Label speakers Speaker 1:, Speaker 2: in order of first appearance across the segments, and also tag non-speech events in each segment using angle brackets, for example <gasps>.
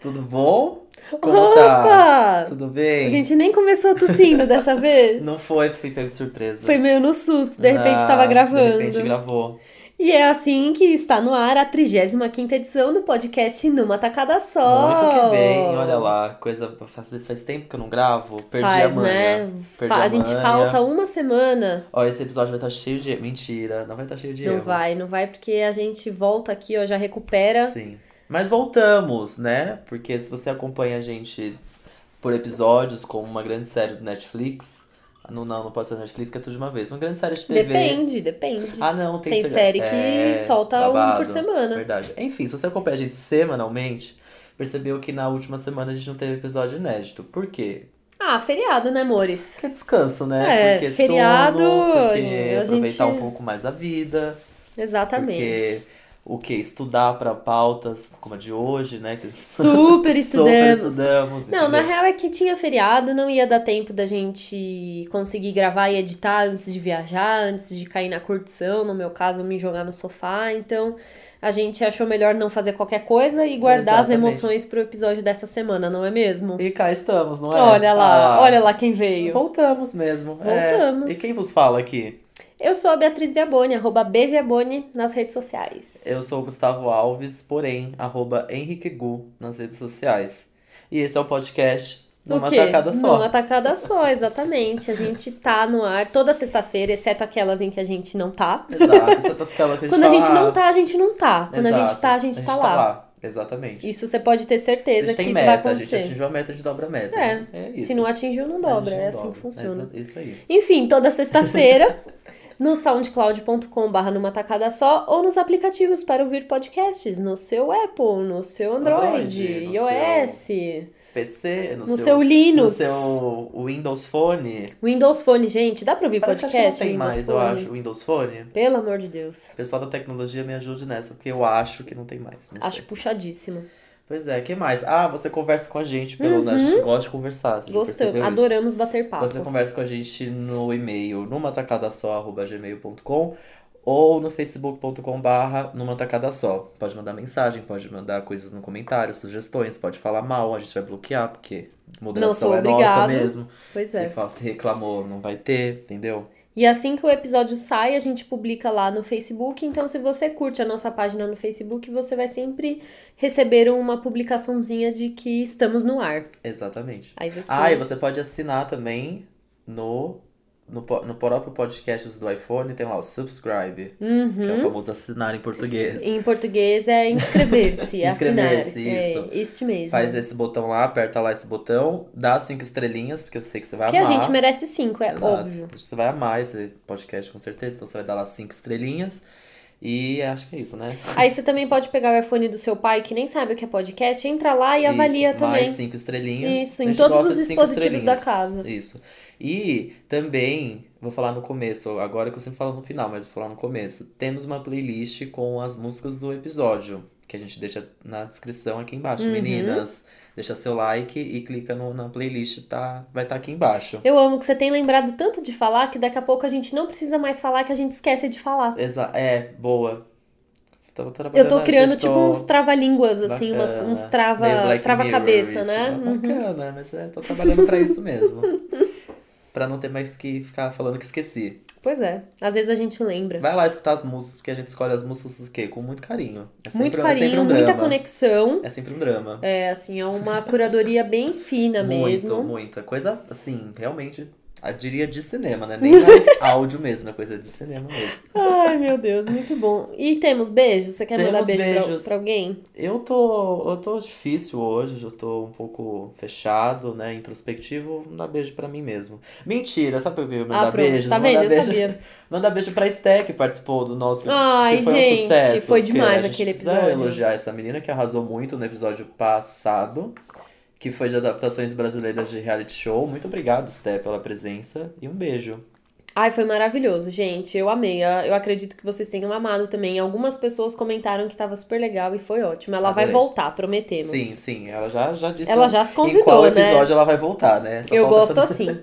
Speaker 1: Tudo bom? Como tá?
Speaker 2: Opa!
Speaker 1: Tudo
Speaker 2: A
Speaker 1: bem?
Speaker 2: gente nem começou
Speaker 1: <laughs>
Speaker 2: tossindo dessa vez.
Speaker 1: Não foi, fui pego de surpresa.
Speaker 2: Foi meio no susto, de repente
Speaker 1: Ah,
Speaker 2: tava
Speaker 1: De repente
Speaker 2: gravando.
Speaker 1: gravou.
Speaker 2: E é assim que está no ar a 35ª edição do podcast Numa Tacada Só.
Speaker 1: Muito que bem, olha lá. Coisa faz, faz tempo que eu não gravo. Perdi
Speaker 2: Faz,
Speaker 1: a manha.
Speaker 2: né?
Speaker 1: Perdi
Speaker 2: Fa-
Speaker 1: a
Speaker 2: a gente
Speaker 1: manha.
Speaker 2: falta uma semana.
Speaker 1: Ó, esse episódio vai estar cheio de. Mentira, não vai estar cheio de
Speaker 2: Não
Speaker 1: erro.
Speaker 2: vai, não vai, porque a gente volta aqui, ó, já recupera.
Speaker 1: Sim. Mas voltamos, né? Porque se você acompanha a gente por episódios, como uma grande série do Netflix. Não, não, não pode ser Netflix, que é tudo de uma vez. Uma grande série de TV.
Speaker 2: Depende, depende.
Speaker 1: Ah, não, tem,
Speaker 2: Tem
Speaker 1: ser-
Speaker 2: série que
Speaker 1: é,
Speaker 2: solta um
Speaker 1: babado.
Speaker 2: por semana.
Speaker 1: Verdade. Enfim, se você acompanha a gente semanalmente, percebeu que na última semana a gente não teve episódio inédito. Por quê?
Speaker 2: Ah, feriado, né, amores?
Speaker 1: Porque descanso, né?
Speaker 2: É,
Speaker 1: porque
Speaker 2: feriado,
Speaker 1: sono, porque
Speaker 2: a
Speaker 1: aproveitar
Speaker 2: gente-
Speaker 1: um pouco mais a vida,
Speaker 2: Exatamente.
Speaker 1: porque o que? Estudar para pautas como a de hoje, né? Que <laughs>
Speaker 2: Super
Speaker 1: Super
Speaker 2: estudamos.
Speaker 1: estudamos.
Speaker 2: Não, na
Speaker 1: entendeu?
Speaker 2: real é que tinha feriado, não ia dar tempo da gente conseguir gravar e editar antes de viajar, antes de cair na curtição, no meu caso, me jogar no sofá. Então, a gente achou melhor não fazer qualquer coisa e guardar as
Speaker 1: Exatamente.
Speaker 2: emoções pro episódio dessa semana, não é mesmo?
Speaker 1: E cá estamos, não é?
Speaker 2: Olha lá,
Speaker 1: Ah,
Speaker 2: olha lá quem veio.
Speaker 1: Voltamos mesmo. é.
Speaker 2: Voltamos.
Speaker 1: E quem vos fala aqui?
Speaker 2: Eu sou a Beatriz Viaboni, arroba bviaboni nas redes sociais.
Speaker 1: Eu sou o Gustavo Alves, porém, arroba Henrique Gu nas redes sociais. E esse é o podcast Numa
Speaker 2: o quê?
Speaker 1: Tacada Só.
Speaker 2: Numa tacada só, exatamente. A gente tá no ar toda sexta-feira, exceto aquelas em que a gente não tá.
Speaker 1: Exato, essa tascela que a gente
Speaker 2: Quando a
Speaker 1: tá
Speaker 2: gente
Speaker 1: lá.
Speaker 2: não tá, a gente não tá. Quando a gente
Speaker 1: Exato,
Speaker 2: tá, a gente, tá, lá.
Speaker 1: Exatamente.
Speaker 2: Isso você pode ter
Speaker 1: a
Speaker 2: certeza
Speaker 1: gente
Speaker 2: que
Speaker 1: tem
Speaker 2: isso
Speaker 1: meta, a
Speaker 2: vai
Speaker 1: gente
Speaker 2: acontecer.
Speaker 1: atingiu a meta, a gente dobra a meta.
Speaker 2: É,
Speaker 1: é isso.
Speaker 2: Se não atingiu, não
Speaker 1: A gente
Speaker 2: dobra.
Speaker 1: não
Speaker 2: É assim
Speaker 1: dobra.
Speaker 2: que funciona.
Speaker 1: É Isso, isso aí.
Speaker 2: Enfim, toda
Speaker 1: <laughs>
Speaker 2: sexta-feira, no soundcloud.com.br numa tacada só, ou nos aplicativos para ouvir podcasts, no seu Apple, no seu
Speaker 1: Android,
Speaker 2: Android,
Speaker 1: no
Speaker 2: iOS,
Speaker 1: PC, no,
Speaker 2: no, seu, Linux,
Speaker 1: No seu Windows Phone.
Speaker 2: Windows Phone. Gente, dá pra ouvir
Speaker 1: Parece que acho que
Speaker 2: podcast
Speaker 1: não tem
Speaker 2: Windows
Speaker 1: mais,
Speaker 2: Phone?
Speaker 1: eu acho. Windows Phone.
Speaker 2: Pelo amor de Deus.
Speaker 1: O pessoal da tecnologia me ajude nessa, porque eu acho que não tem mais. não sei.
Speaker 2: Acho puxadíssimo.
Speaker 1: Pois é, que mais? Ah, você conversa com a gente pelo. né,
Speaker 2: Uhum.
Speaker 1: A gente gosta de conversar. Você já
Speaker 2: Gostamos,
Speaker 1: percebeu isso?
Speaker 2: adoramos bater papo.
Speaker 1: Você conversa com a gente no e-mail numa tacada só, gmail.com ou no facebook.com barra numa tacada só. Pode mandar mensagem, pode mandar coisas no comentário, sugestões, pode falar mal, a gente vai bloquear, porque moderação
Speaker 2: sou
Speaker 1: é nossa
Speaker 2: obrigado.
Speaker 1: mesmo.
Speaker 2: Pois é.
Speaker 1: Se, fala, se reclamou, não vai ter, entendeu?
Speaker 2: E assim que o episódio sai, a gente publica lá no Facebook. Então, se você curte a nossa página no Facebook, você vai sempre receber uma publicaçãozinha de que estamos no ar.
Speaker 1: Exatamente.
Speaker 2: Aí você.
Speaker 1: Ah, e você pode assinar também no, no, po- no próprio podcast do iPhone, tem lá o subscribe, que é o
Speaker 2: Uhum.
Speaker 1: famoso assinar em português.
Speaker 2: Em português é inscrever-se, é assinar.
Speaker 1: <laughs> Inscrever-se, isso.
Speaker 2: É, este mesmo.
Speaker 1: Faz esse botão lá, aperta lá esse botão, dá cinco estrelinhas, porque eu sei que você vai
Speaker 2: Que a
Speaker 1: amar.
Speaker 2: gente merece cinco, é
Speaker 1: Exato.
Speaker 2: óbvio.
Speaker 1: Você vai amar esse podcast com certeza, então você vai dar lá cinco estrelinhas. E acho que é isso, né?
Speaker 2: Aí você também pode pegar o iPhone do seu pai, que nem sabe o que é podcast, entra lá e
Speaker 1: Isso,
Speaker 2: avalia
Speaker 1: Mais
Speaker 2: também.
Speaker 1: cinco estrelinhas.
Speaker 2: Isso,
Speaker 1: A
Speaker 2: em
Speaker 1: gente
Speaker 2: todos
Speaker 1: gosta
Speaker 2: os
Speaker 1: de cinco
Speaker 2: dispositivos da
Speaker 1: estrelinhas.
Speaker 2: casa.
Speaker 1: Isso. E também, vou falar no começo, agora que eu sempre falo no final, mas vou falar no começo. Temos uma playlist com as músicas do episódio, que a gente deixa na descrição aqui embaixo,
Speaker 2: Uhum.
Speaker 1: meninas. Deixa seu like e clica no- na playlist, tá, vai estar aqui embaixo.
Speaker 2: Eu amo que você tem lembrado tanto de falar que daqui a pouco a gente não precisa mais falar que a gente esquece de falar.
Speaker 1: Exa é, boa. Tô
Speaker 2: Eu
Speaker 1: trabalhando
Speaker 2: tô
Speaker 1: na
Speaker 2: criando
Speaker 1: gestão.
Speaker 2: tipo uns trava-línguas, assim, umas-
Speaker 1: Bacana.
Speaker 2: uns trava,
Speaker 1: Meio Black
Speaker 2: trava
Speaker 1: Mirror
Speaker 2: cabeça,
Speaker 1: isso,
Speaker 2: né? Uhum.
Speaker 1: Bacana, mas é, tô trabalhando pra isso
Speaker 2: <laughs>
Speaker 1: mesmo. Pra não ter mais que ficar falando que esqueci.
Speaker 2: Pois é, às vezes a gente lembra.
Speaker 1: Vai lá escutar as músicas, porque a gente escolhe as músicas o quê? Com muito carinho. É sempre,
Speaker 2: Muito
Speaker 1: é sempre
Speaker 2: carinho,
Speaker 1: um
Speaker 2: muita
Speaker 1: drama.
Speaker 2: conexão.
Speaker 1: É sempre um drama.
Speaker 2: É, assim, é uma curadoria bem fina
Speaker 1: muito,
Speaker 2: mesmo.
Speaker 1: muita. Coisa, assim, realmente, eu diria de cinema, né? Nem
Speaker 2: <laughs>
Speaker 1: mais áudio mesmo, é coisa de cinema mesmo.
Speaker 2: Ai, meu Deus, muito bom. E temos beijos? Você quer
Speaker 1: Temos
Speaker 2: mandar beijo pra,
Speaker 1: beijos.
Speaker 2: pra alguém?
Speaker 1: Eu tô, eu tô difícil hoje, eu tô um pouco fechado, né? Introspectivo, vou mandar beijo pra mim mesmo. Mentira, sabe por que eu ia mandar
Speaker 2: ah, pronto,
Speaker 1: beijo?
Speaker 2: tá
Speaker 1: mandar
Speaker 2: vendo? Eu
Speaker 1: beijo,
Speaker 2: sabia. Ah,
Speaker 1: Mandar beijo pra Esté, que participou do nosso. <laughs>
Speaker 2: Ai,
Speaker 1: que foi um
Speaker 2: gente,
Speaker 1: sucesso,
Speaker 2: foi
Speaker 1: porque
Speaker 2: demais
Speaker 1: a gente
Speaker 2: aquele
Speaker 1: precisa
Speaker 2: episódio.
Speaker 1: elogiar essa menina que arrasou muito no episódio passado, que foi de adaptações brasileiras de reality show. Muito obrigado, Esté, pela presença e um beijo.
Speaker 2: Ai, foi maravilhoso, gente. Eu amei. Ah, Eu acredito que vocês tenham amado também. Algumas pessoas comentaram que tava super legal e foi ótimo. Ela vai
Speaker 1: Adorei.
Speaker 2: voltar, prometemos.
Speaker 1: Sim, sim, ela já, já disse
Speaker 2: Ela já se
Speaker 1: em qual
Speaker 2: convidou, né?
Speaker 1: episódio ela vai voltar, né? Só
Speaker 2: Eu
Speaker 1: falta
Speaker 2: gosto
Speaker 1: saber-
Speaker 2: assim.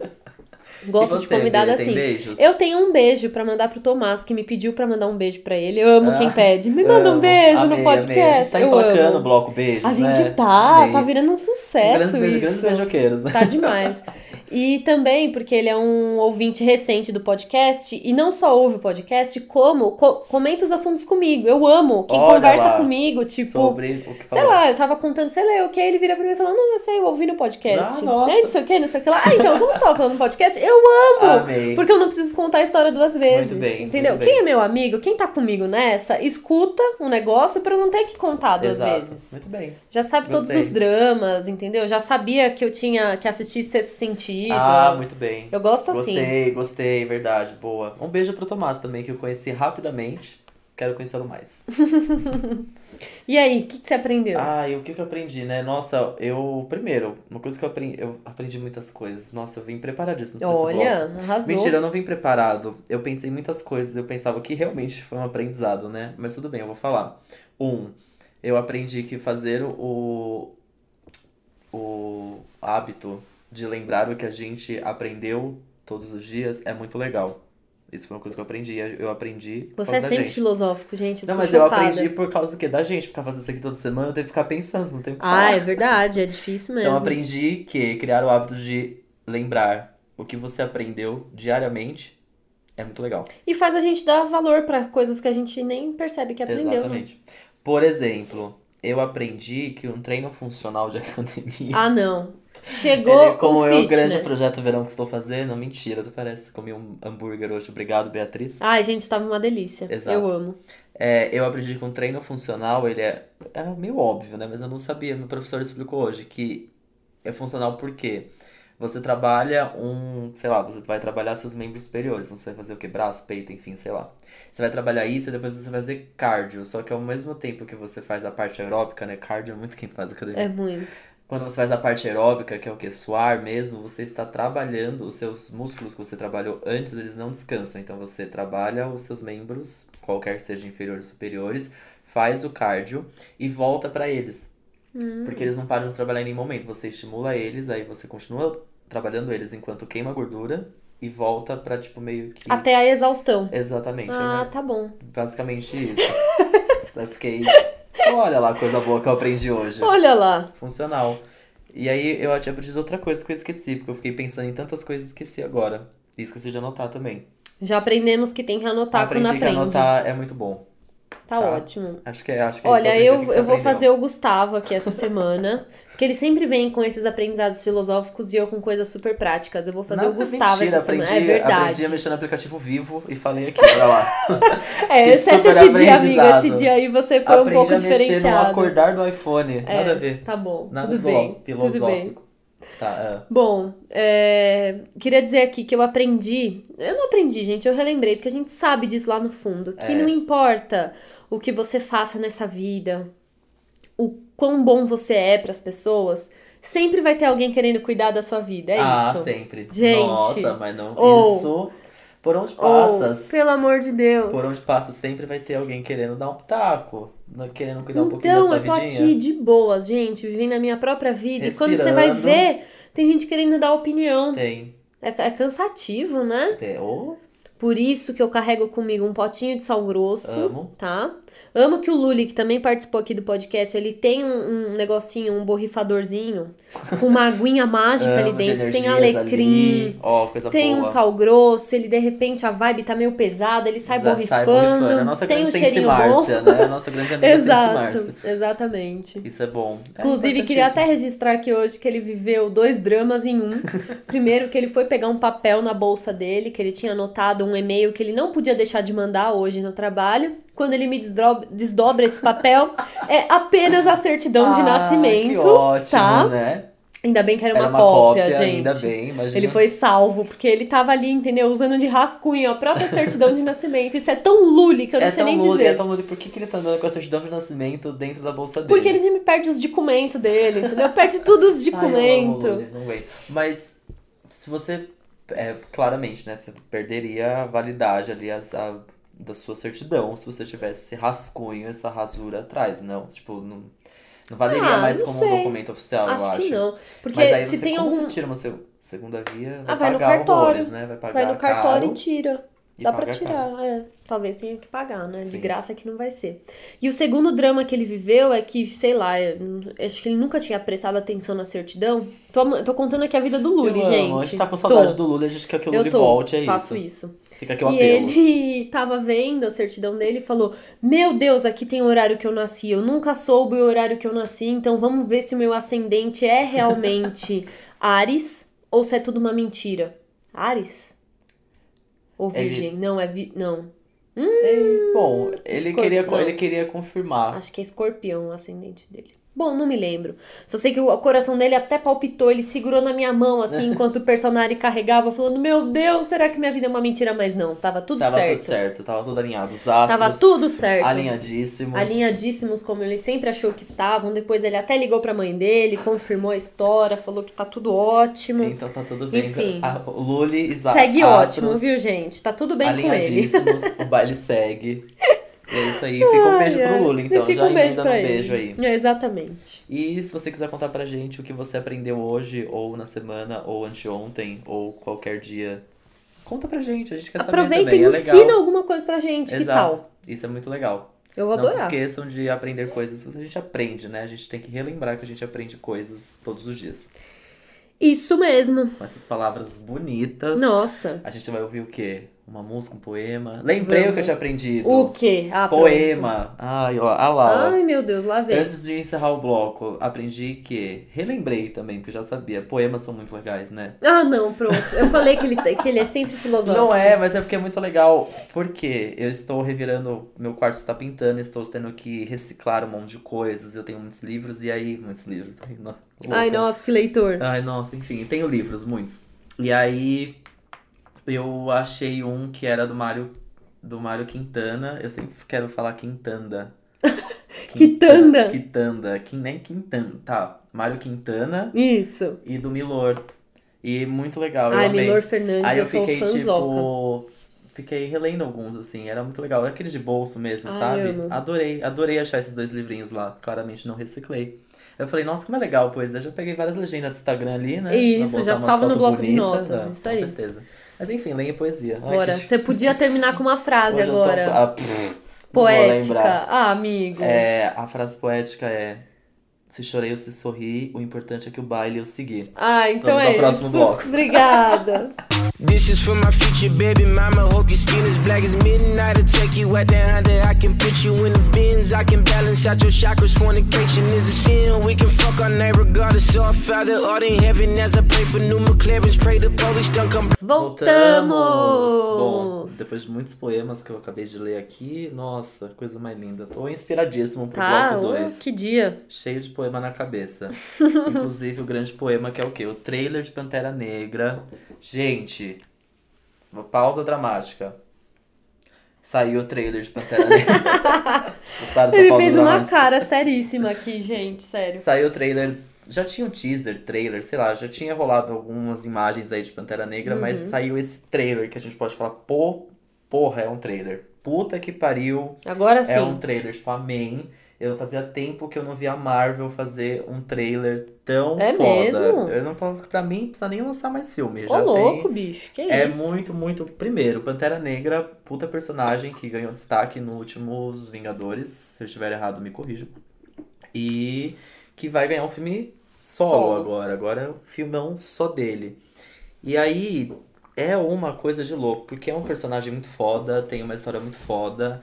Speaker 2: Gosto
Speaker 1: <laughs> e
Speaker 2: de
Speaker 1: você,
Speaker 2: convidado
Speaker 1: Bia,
Speaker 2: assim.
Speaker 1: Tem beijos?
Speaker 2: Eu tenho um beijo pra mandar pro Tomás, que me pediu pra mandar um beijo pra ele. Eu amo
Speaker 1: Ah,
Speaker 2: quem pede. Me manda um
Speaker 1: Amo.
Speaker 2: beijo no
Speaker 1: Amei,
Speaker 2: podcast.
Speaker 1: amei. A gente tá
Speaker 2: eu
Speaker 1: emplacando o
Speaker 2: amo.
Speaker 1: bloco beijos,
Speaker 2: A gente
Speaker 1: né?
Speaker 2: tá,
Speaker 1: Amei.
Speaker 2: tá virando um sucesso
Speaker 1: grandes beijos,
Speaker 2: isso.
Speaker 1: grandes beijoqueiros, né?
Speaker 2: Tá demais. E também porque ele é um ouvinte recente do podcast e não só ouve o podcast, como co- comenta os assuntos comigo. Eu amo quem
Speaker 1: Olha
Speaker 2: conversa
Speaker 1: lá.
Speaker 2: comigo, tipo,
Speaker 1: Sobre o que
Speaker 2: sei
Speaker 1: falamos.
Speaker 2: lá, eu tava contando, sei lá, o que ele vira pra mim e fala: "Não, eu sei, eu ouvi no podcast".
Speaker 1: Ah, nossa.
Speaker 2: É, não sei o que, não sei o que lá. Ah, então, como você tava falando no podcast? Eu amo,
Speaker 1: Amei.
Speaker 2: porque eu não preciso contar a história duas vezes.
Speaker 1: bem,
Speaker 2: entendeu?
Speaker 1: muito
Speaker 2: quem
Speaker 1: bem.
Speaker 2: é meu amigo, quem tá comigo nessa, escuta um negócio pra eu não ter que contar duas
Speaker 1: Exato.
Speaker 2: vezes.
Speaker 1: Muito bem.
Speaker 2: Já sabe todos
Speaker 1: Gostei.
Speaker 2: os dramas, entendeu? Já sabia que eu tinha que assistir Sexto Sentido.
Speaker 1: Ah, muito bem.
Speaker 2: eu gosto assim.
Speaker 1: Gostei, gostei, verdade, boa. Um beijo pro Tomás também, que eu conheci rapidamente. Quero conhecê-lo mais.
Speaker 2: E aí, o que, que você aprendeu?
Speaker 1: Ah, e o que que eu aprendi, né? Nossa, eu. Primeiro, uma coisa que eu aprendi. Eu aprendi muitas coisas. Nossa, eu vim preparadíssimo pra esse bloco.
Speaker 2: Olha, arrasou.
Speaker 1: Mentira, eu não vim preparado. Eu pensei em muitas coisas. Eu pensava que realmente foi um aprendizado, né? Mas tudo bem, eu vou falar. Um, eu aprendi que fazer o, o hábito de lembrar o que a gente aprendeu todos os dias é muito legal. Isso foi uma coisa que eu aprendi. Eu aprendi. por
Speaker 2: Você
Speaker 1: causa
Speaker 2: é
Speaker 1: da
Speaker 2: sempre
Speaker 1: gente.
Speaker 2: filosófico, gente. Eu
Speaker 1: Não,
Speaker 2: fico
Speaker 1: mas eu
Speaker 2: chocada.
Speaker 1: aprendi por causa do quê? Da gente. Ficar fazendo isso aqui toda semana, eu tenho que ficar pensando, não tem o que falar.
Speaker 2: Ah, é verdade, é difícil mesmo.
Speaker 1: Então aprendi que criar o hábito de lembrar o que você aprendeu diariamente é muito legal.
Speaker 2: E faz a gente dar valor pra coisas que a gente nem percebe que aprendeu, né?
Speaker 1: Exatamente. Por exemplo, eu aprendi que um treino funcional de academia.
Speaker 2: Ah, não.
Speaker 1: <laughs>
Speaker 2: Chegou
Speaker 1: Ele, como
Speaker 2: o
Speaker 1: é o
Speaker 2: fitness.
Speaker 1: grande projeto verão que estou fazendo, mentira, tu parece. Comi um hambúrguer hoje, obrigado, Beatriz.
Speaker 2: Ai, gente, tava uma delícia.
Speaker 1: Exato.
Speaker 2: Eu amo.
Speaker 1: É, eu aprendi que um treino funcional, ele é, é meio óbvio, né? Mas eu não sabia, meu professor explicou hoje que é funcional porque você trabalha um, sei lá, você vai trabalhar seus membros superiores, então você vai fazer o que? Braço, peito, enfim, sei lá. Você vai trabalhar isso e depois você vai fazer cardio, só que ao mesmo tempo que você faz a parte aeróbica, né? Cardio é muito quem faz academia.
Speaker 2: É muito.
Speaker 1: Quando você faz a parte aeróbica, que é o que? Suar mesmo, você está trabalhando os seus músculos que você trabalhou antes, eles não descansam. Então você trabalha os seus membros, qualquer que seja inferiores ou superiores, faz o cardio e volta para eles.
Speaker 2: Hum.
Speaker 1: Porque eles não param de trabalhar em nenhum momento. Você estimula eles, aí você continua trabalhando eles enquanto queima a gordura e volta para tipo meio que.
Speaker 2: Até a exaustão.
Speaker 1: Exatamente.
Speaker 2: Ah,
Speaker 1: é
Speaker 2: tá bom.
Speaker 1: basicamente
Speaker 2: <laughs>
Speaker 1: isso. eu fiquei. Olha lá a coisa boa que eu aprendi hoje
Speaker 2: Olha lá.
Speaker 1: funcional. E aí eu tinha aprendido outra coisa que eu esqueci, porque eu fiquei pensando em tantas coisas e esqueci agora. E esqueci de anotar também.
Speaker 2: Já aprendemos que tem que anotar
Speaker 1: Aprendi
Speaker 2: quando
Speaker 1: que
Speaker 2: aprende.
Speaker 1: anotar é muito bom.
Speaker 2: Tá
Speaker 1: tá.
Speaker 2: ótimo.
Speaker 1: Acho que é, acho que é isso
Speaker 2: Olha,
Speaker 1: que aprendi,
Speaker 2: eu,
Speaker 1: o que que você
Speaker 2: eu vou
Speaker 1: aprendeu?
Speaker 2: fazer o Gustavo aqui essa semana. Porque ele sempre vem com esses aprendizados filosóficos e eu com coisas super práticas. Eu vou fazer o
Speaker 1: Nada,
Speaker 2: Gustavo
Speaker 1: mentira,
Speaker 2: essa semana.
Speaker 1: aprendi,
Speaker 2: é verdade.
Speaker 1: Aprendi a mexer no aplicativo vivo e falei aqui, olha
Speaker 2: <laughs>
Speaker 1: lá.
Speaker 2: É,
Speaker 1: Que
Speaker 2: exceto
Speaker 1: super
Speaker 2: esse dia, amigo. Esse
Speaker 1: aprendizado.
Speaker 2: dia aí você foi
Speaker 1: aprendi
Speaker 2: um pouco
Speaker 1: a mexer no
Speaker 2: diferenciado.
Speaker 1: acordar do iPhone.
Speaker 2: É,
Speaker 1: Nada a ver.
Speaker 2: Tá bom.
Speaker 1: Nada
Speaker 2: tudo
Speaker 1: zo-
Speaker 2: bem. Tudo bem.
Speaker 1: filosófico. Tá, é.
Speaker 2: Bom, é, queria dizer aqui que eu aprendi. Eu não aprendi, gente, eu relembrei, porque a gente sabe disso lá no fundo, que
Speaker 1: É.
Speaker 2: não importa o que você faça nessa vida, o quão bom você é pras pessoas, sempre vai ter alguém querendo cuidar da sua vida, é
Speaker 1: ah,
Speaker 2: isso.
Speaker 1: sempre.
Speaker 2: Gente.
Speaker 1: Nossa, mas não.
Speaker 2: Ou-
Speaker 1: Isso. Por onde
Speaker 2: Ou,
Speaker 1: passas?
Speaker 2: pelo amor de Deus.
Speaker 1: Por onde passa, sempre vai ter alguém querendo dar um pitaco, no- querendo cuidar um pouquinho da
Speaker 2: Então,
Speaker 1: sua
Speaker 2: eu tô
Speaker 1: vidinha.
Speaker 2: aqui de boas, gente, vivendo a minha própria vida. E quando você vai
Speaker 1: Respirando.
Speaker 2: ver, tem gente querendo dar opinião.
Speaker 1: Tem,
Speaker 2: É, é cansativo, né?
Speaker 1: tem. Ô,
Speaker 2: Por isso que eu carrego comigo um potinho de sal grosso.
Speaker 1: amo.
Speaker 2: tá? Amo que o Luli, que também participou aqui do podcast, ele tem um, um negocinho,
Speaker 1: <laughs>
Speaker 2: um borrifadorzinho, com uma aguinha mágica ali
Speaker 1: Amo de
Speaker 2: dentro. Tem
Speaker 1: energias
Speaker 2: alecrim,
Speaker 1: ali. tá Ó, coisa
Speaker 2: tem
Speaker 1: boa.
Speaker 2: um sal grosso, ele de repente a vibe tá meio pesada, ele sai
Speaker 1: Já
Speaker 2: borrifando,
Speaker 1: é A nossa
Speaker 2: tem um
Speaker 1: grande Sense
Speaker 2: cheirinho bom. <laughs>
Speaker 1: Márcia, né? A nossa grande amiga Sense Márcia.
Speaker 2: Exato, exatamente.
Speaker 1: Isso é bom. É
Speaker 2: Inclusive,
Speaker 1: importantíssimo.
Speaker 2: queria até registrar aqui hoje que ele viveu dois dramas em um.
Speaker 1: <laughs>
Speaker 2: Primeiro, que ele foi pegar um papel na bolsa dele, que ele tinha anotado um e-mail que ele não podia deixar de mandar hoje no trabalho. Quando ele me desdobra, desdobra esse
Speaker 1: <laughs>
Speaker 2: papel, é apenas a certidão um de
Speaker 1: Ah,
Speaker 2: nascimento.
Speaker 1: Que ótimo,
Speaker 2: tá?
Speaker 1: né?
Speaker 2: Ainda bem que era uma,
Speaker 1: Era uma
Speaker 2: cópia, gente.
Speaker 1: ainda bem, né? imagina.
Speaker 2: Ele foi salvo, porque ele tava ali, entendeu? Usando de rascunho a própria certidão de nascimento. Isso é tão lule que eu não
Speaker 1: é
Speaker 2: sei
Speaker 1: tão
Speaker 2: nem
Speaker 1: mole,
Speaker 2: dizer.
Speaker 1: é tão mole. Por que, que ele tá andando com a certidão de nascimento dentro da bolsa dele?
Speaker 2: Porque ele sempre perde os documentos dele, entendeu? Perde todos
Speaker 1: Ai,
Speaker 2: os
Speaker 1: eu amo o
Speaker 2: documentos.
Speaker 1: Lully, não aguento. Mas se você. é, claramente, né? Você perderia a validade ali as- a- da sua certidão se você tivesse esse rascunho, essa rasura atrás. Não, tipo, não, Não valeria
Speaker 2: Ah,
Speaker 1: mais
Speaker 2: não
Speaker 1: como um
Speaker 2: sei.
Speaker 1: documento oficial,
Speaker 2: acho,
Speaker 1: eu acho.
Speaker 2: que não. Porque
Speaker 1: Mas aí
Speaker 2: se
Speaker 1: você,
Speaker 2: tem
Speaker 1: como
Speaker 2: algum.
Speaker 1: você tira uma se- segunda via,
Speaker 2: Ah,
Speaker 1: vai,
Speaker 2: vai no
Speaker 1: pagar
Speaker 2: cartório.
Speaker 1: horrores, né? Vai pagar
Speaker 2: Vai no cartório e
Speaker 1: caro
Speaker 2: tira.
Speaker 1: e
Speaker 2: Dá pra
Speaker 1: paga caro.
Speaker 2: tirar, é. Talvez tenha que pagar, né? De
Speaker 1: Sim.
Speaker 2: graça que não vai ser. E o segundo drama que ele viveu é que, sei lá, eu não- acho que ele nunca tinha prestado atenção na certidão. Tô, am- tô contando aqui a vida do Lully,
Speaker 1: Eu
Speaker 2: gente.
Speaker 1: amo, A gente tá com saudade
Speaker 2: Tô.
Speaker 1: do Lula, a gente quer que o
Speaker 2: Eu
Speaker 1: Lula
Speaker 2: tô,
Speaker 1: volte, é
Speaker 2: faço
Speaker 1: isso.
Speaker 2: isso.
Speaker 1: Fica aqui o
Speaker 2: E
Speaker 1: apelo.
Speaker 2: ele <laughs> tava vendo a certidão dele e falou: Meu Deus, aqui tem o horário que eu nasci. Eu nunca soube o horário que eu nasci, então vamos ver se o meu ascendente é realmente <laughs> Ares ou se é tudo uma mentira. Ares? Ou
Speaker 1: Ele-
Speaker 2: Virgem? Não, é vi... Não.
Speaker 1: Ele- bom, ele
Speaker 2: escorpião.
Speaker 1: queria, co- ele queria confirmar.
Speaker 2: Acho que é escorpião o ascendente dele. Bom, não me lembro. Só sei que o coração dele até palpitou, ele segurou na minha mão, <laughs> assim, enquanto o personagem carregava, falando: Meu Deus, será que minha vida é uma mentira? Mas não, tava tudo
Speaker 1: tava
Speaker 2: certo.
Speaker 1: tudo certo, tava tudo alinhado. Os astros,
Speaker 2: Tava tudo certo.
Speaker 1: alinhadíssimos.
Speaker 2: alinhadíssimos como ele sempre achou que estavam. Depois ele até ligou pra mãe dele, confirmou a história, falou que tá tudo ótimo.
Speaker 1: Então tá tudo bem.
Speaker 2: Enfim.
Speaker 1: A- o Lully, os a-
Speaker 2: Segue
Speaker 1: astros,
Speaker 2: ótimo, viu, gente? Tá tudo bem com <laughs> ele.
Speaker 1: Alinhadíssimos, o baile segue. E é isso aí. Fica um beijo
Speaker 2: Ai, ai.
Speaker 1: pro Lully, então.
Speaker 2: Fica
Speaker 1: Já
Speaker 2: um beijo
Speaker 1: emenda
Speaker 2: pra
Speaker 1: um
Speaker 2: ele.
Speaker 1: beijo aí.
Speaker 2: É, exatamente.
Speaker 1: E se você quiser contar pra gente o que você aprendeu hoje, ou na semana, ou anteontem, ou qualquer dia, conta pra gente, a gente quer saber
Speaker 2: Aproveita
Speaker 1: também,
Speaker 2: e
Speaker 1: é legal.
Speaker 2: ensina alguma coisa pra gente. Que
Speaker 1: Exato.
Speaker 2: tal?
Speaker 1: Isso é muito legal.
Speaker 2: Eu vou
Speaker 1: Não se
Speaker 2: adorar.
Speaker 1: esqueçam de aprender coisas, a gente aprende, né? A gente tem que relembrar que a gente aprende coisas todos os dias.
Speaker 2: Isso mesmo.
Speaker 1: Com essas palavras bonitas,
Speaker 2: Nossa.
Speaker 1: a gente vai ouvir o quê? Uma música, um poema? Lembrei o que eu tinha aprendido.
Speaker 2: O quê? Ah, pronto.
Speaker 1: Poema. Ai, ó, ah lá, ó.
Speaker 2: Ai, meu Deus, lá vem.
Speaker 1: Antes de encerrar o bloco, aprendi que. Relembrei também, porque eu já sabia. Poemas são muito legais, né?
Speaker 2: Ah, não, pronto. Eu falei que ele, que ele é sempre filosófico.
Speaker 1: Não é, mas é porque é muito legal. Porque eu estou revirando. Meu quarto está pintando, estou tendo que reciclar um monte de coisas. Eu tenho muitos livros, e aí. Muitos livros. Ai, no-
Speaker 2: Ai,
Speaker 1: louca.
Speaker 2: nossa, que leitor.
Speaker 1: Ai, nossa, enfim, tenho livros, muitos. E aí eu achei um que era do Mário do Mário Quintana. Eu sempre quero falar
Speaker 2: <laughs>
Speaker 1: Quintanda.
Speaker 2: Quitanda.
Speaker 1: Quitanda, que nem Quintana, tá? Mário Quintana
Speaker 2: Isso.
Speaker 1: e do Milor. E muito legal, eu
Speaker 2: Ai,
Speaker 1: amei.
Speaker 2: Milor Fernandes,
Speaker 1: Aí
Speaker 2: eu,
Speaker 1: eu
Speaker 2: sou
Speaker 1: fiquei
Speaker 2: fanzoca.
Speaker 1: tipo Fiquei relendo alguns, assim, era muito legal. Aqueles de bolso mesmo,
Speaker 2: Ai,
Speaker 1: sabe?
Speaker 2: amo.
Speaker 1: Adorei, adorei achar esses dois livrinhos lá. Claramente não reciclei. Eu falei, nossa, como é legal, pois eu já peguei várias legendas do Instagram ali, né? Pra
Speaker 2: Isso,
Speaker 1: botar
Speaker 2: já
Speaker 1: umas
Speaker 2: salva no
Speaker 1: fotos
Speaker 2: bloco de
Speaker 1: bonitas,
Speaker 2: notas,
Speaker 1: né?
Speaker 2: isso
Speaker 1: com
Speaker 2: aí.
Speaker 1: certeza. Mas enfim, leia poesia. Ai,
Speaker 2: Bora,
Speaker 1: que
Speaker 2: você podia terminar com uma frase
Speaker 1: Hoje eu tô-
Speaker 2: agora.
Speaker 1: Ah, pff, não vou
Speaker 2: Poética.
Speaker 1: lembrar.
Speaker 2: Ah, amigo.
Speaker 1: É, a frase poética é: Se chorei ou se sorri, o importante é que o baile eu segui.
Speaker 2: Ah, então
Speaker 1: Vamos ao
Speaker 2: é
Speaker 1: próximo
Speaker 2: isso.
Speaker 1: bloco.
Speaker 2: <laughs> Obrigada.
Speaker 3: This is for my future baby mama. Hope your skin is black as midnight. I'll take you at that Honda. I can put you in the bins. I can balance out your chakras. Fornication is a sin. We can fuck all night regardless. Our Father, art in heaven. As I pray for new McLarens. Pray the police don't come.
Speaker 1: Bom,
Speaker 2: Voltamos.
Speaker 1: depois de muitos poemas que eu acabei de ler aqui, nossa, coisa mais linda. Tô inspiradíssimo pro
Speaker 2: Tá,
Speaker 1: bloco
Speaker 2: ô,
Speaker 1: 2.
Speaker 2: que dia.
Speaker 1: Cheio de poema na cabeça.
Speaker 2: <laughs>
Speaker 1: Inclusive o grande poema que é o quê? O trailer de Pantera Negra. Gente, uma pausa dramática. Saiu o trailer de Pantera
Speaker 2: <laughs>
Speaker 1: Negra. Gostaram dessa
Speaker 2: Ele
Speaker 1: pausa é-
Speaker 2: fez uma
Speaker 1: dramática?
Speaker 2: cara seríssima aqui, gente, sério.
Speaker 1: Saiu o trailer. Já tinha um teaser, trailer, sei lá, já tinha rolado algumas imagens aí de Pantera Negra, mas
Speaker 2: Uhum.
Speaker 1: saiu esse trailer que a gente pode falar, pô, porra, é um trailer. Puta que pariu,
Speaker 2: Agora sim.
Speaker 1: é um trailer, tipo, amém. Eu fazia tempo que eu não via a Marvel fazer um trailer tão
Speaker 2: É
Speaker 1: foda.
Speaker 2: mesmo?
Speaker 1: Eu não, pra mim, não precisa nem lançar mais filme.
Speaker 2: Ô,
Speaker 1: já
Speaker 2: louco,
Speaker 1: tem.
Speaker 2: bicho, que
Speaker 1: É
Speaker 2: isso.
Speaker 1: muito, muito. Primeiro, Pantera Negra, puta personagem que ganhou destaque no últimos Vingadores. Se eu estiver errado, me corrija. E que vai ganhar um filme solo,
Speaker 2: Solo.
Speaker 1: agora. Agora é um filmão só dele. E aí é uma coisa de louco, porque é um personagem muito foda, tem uma história muito foda.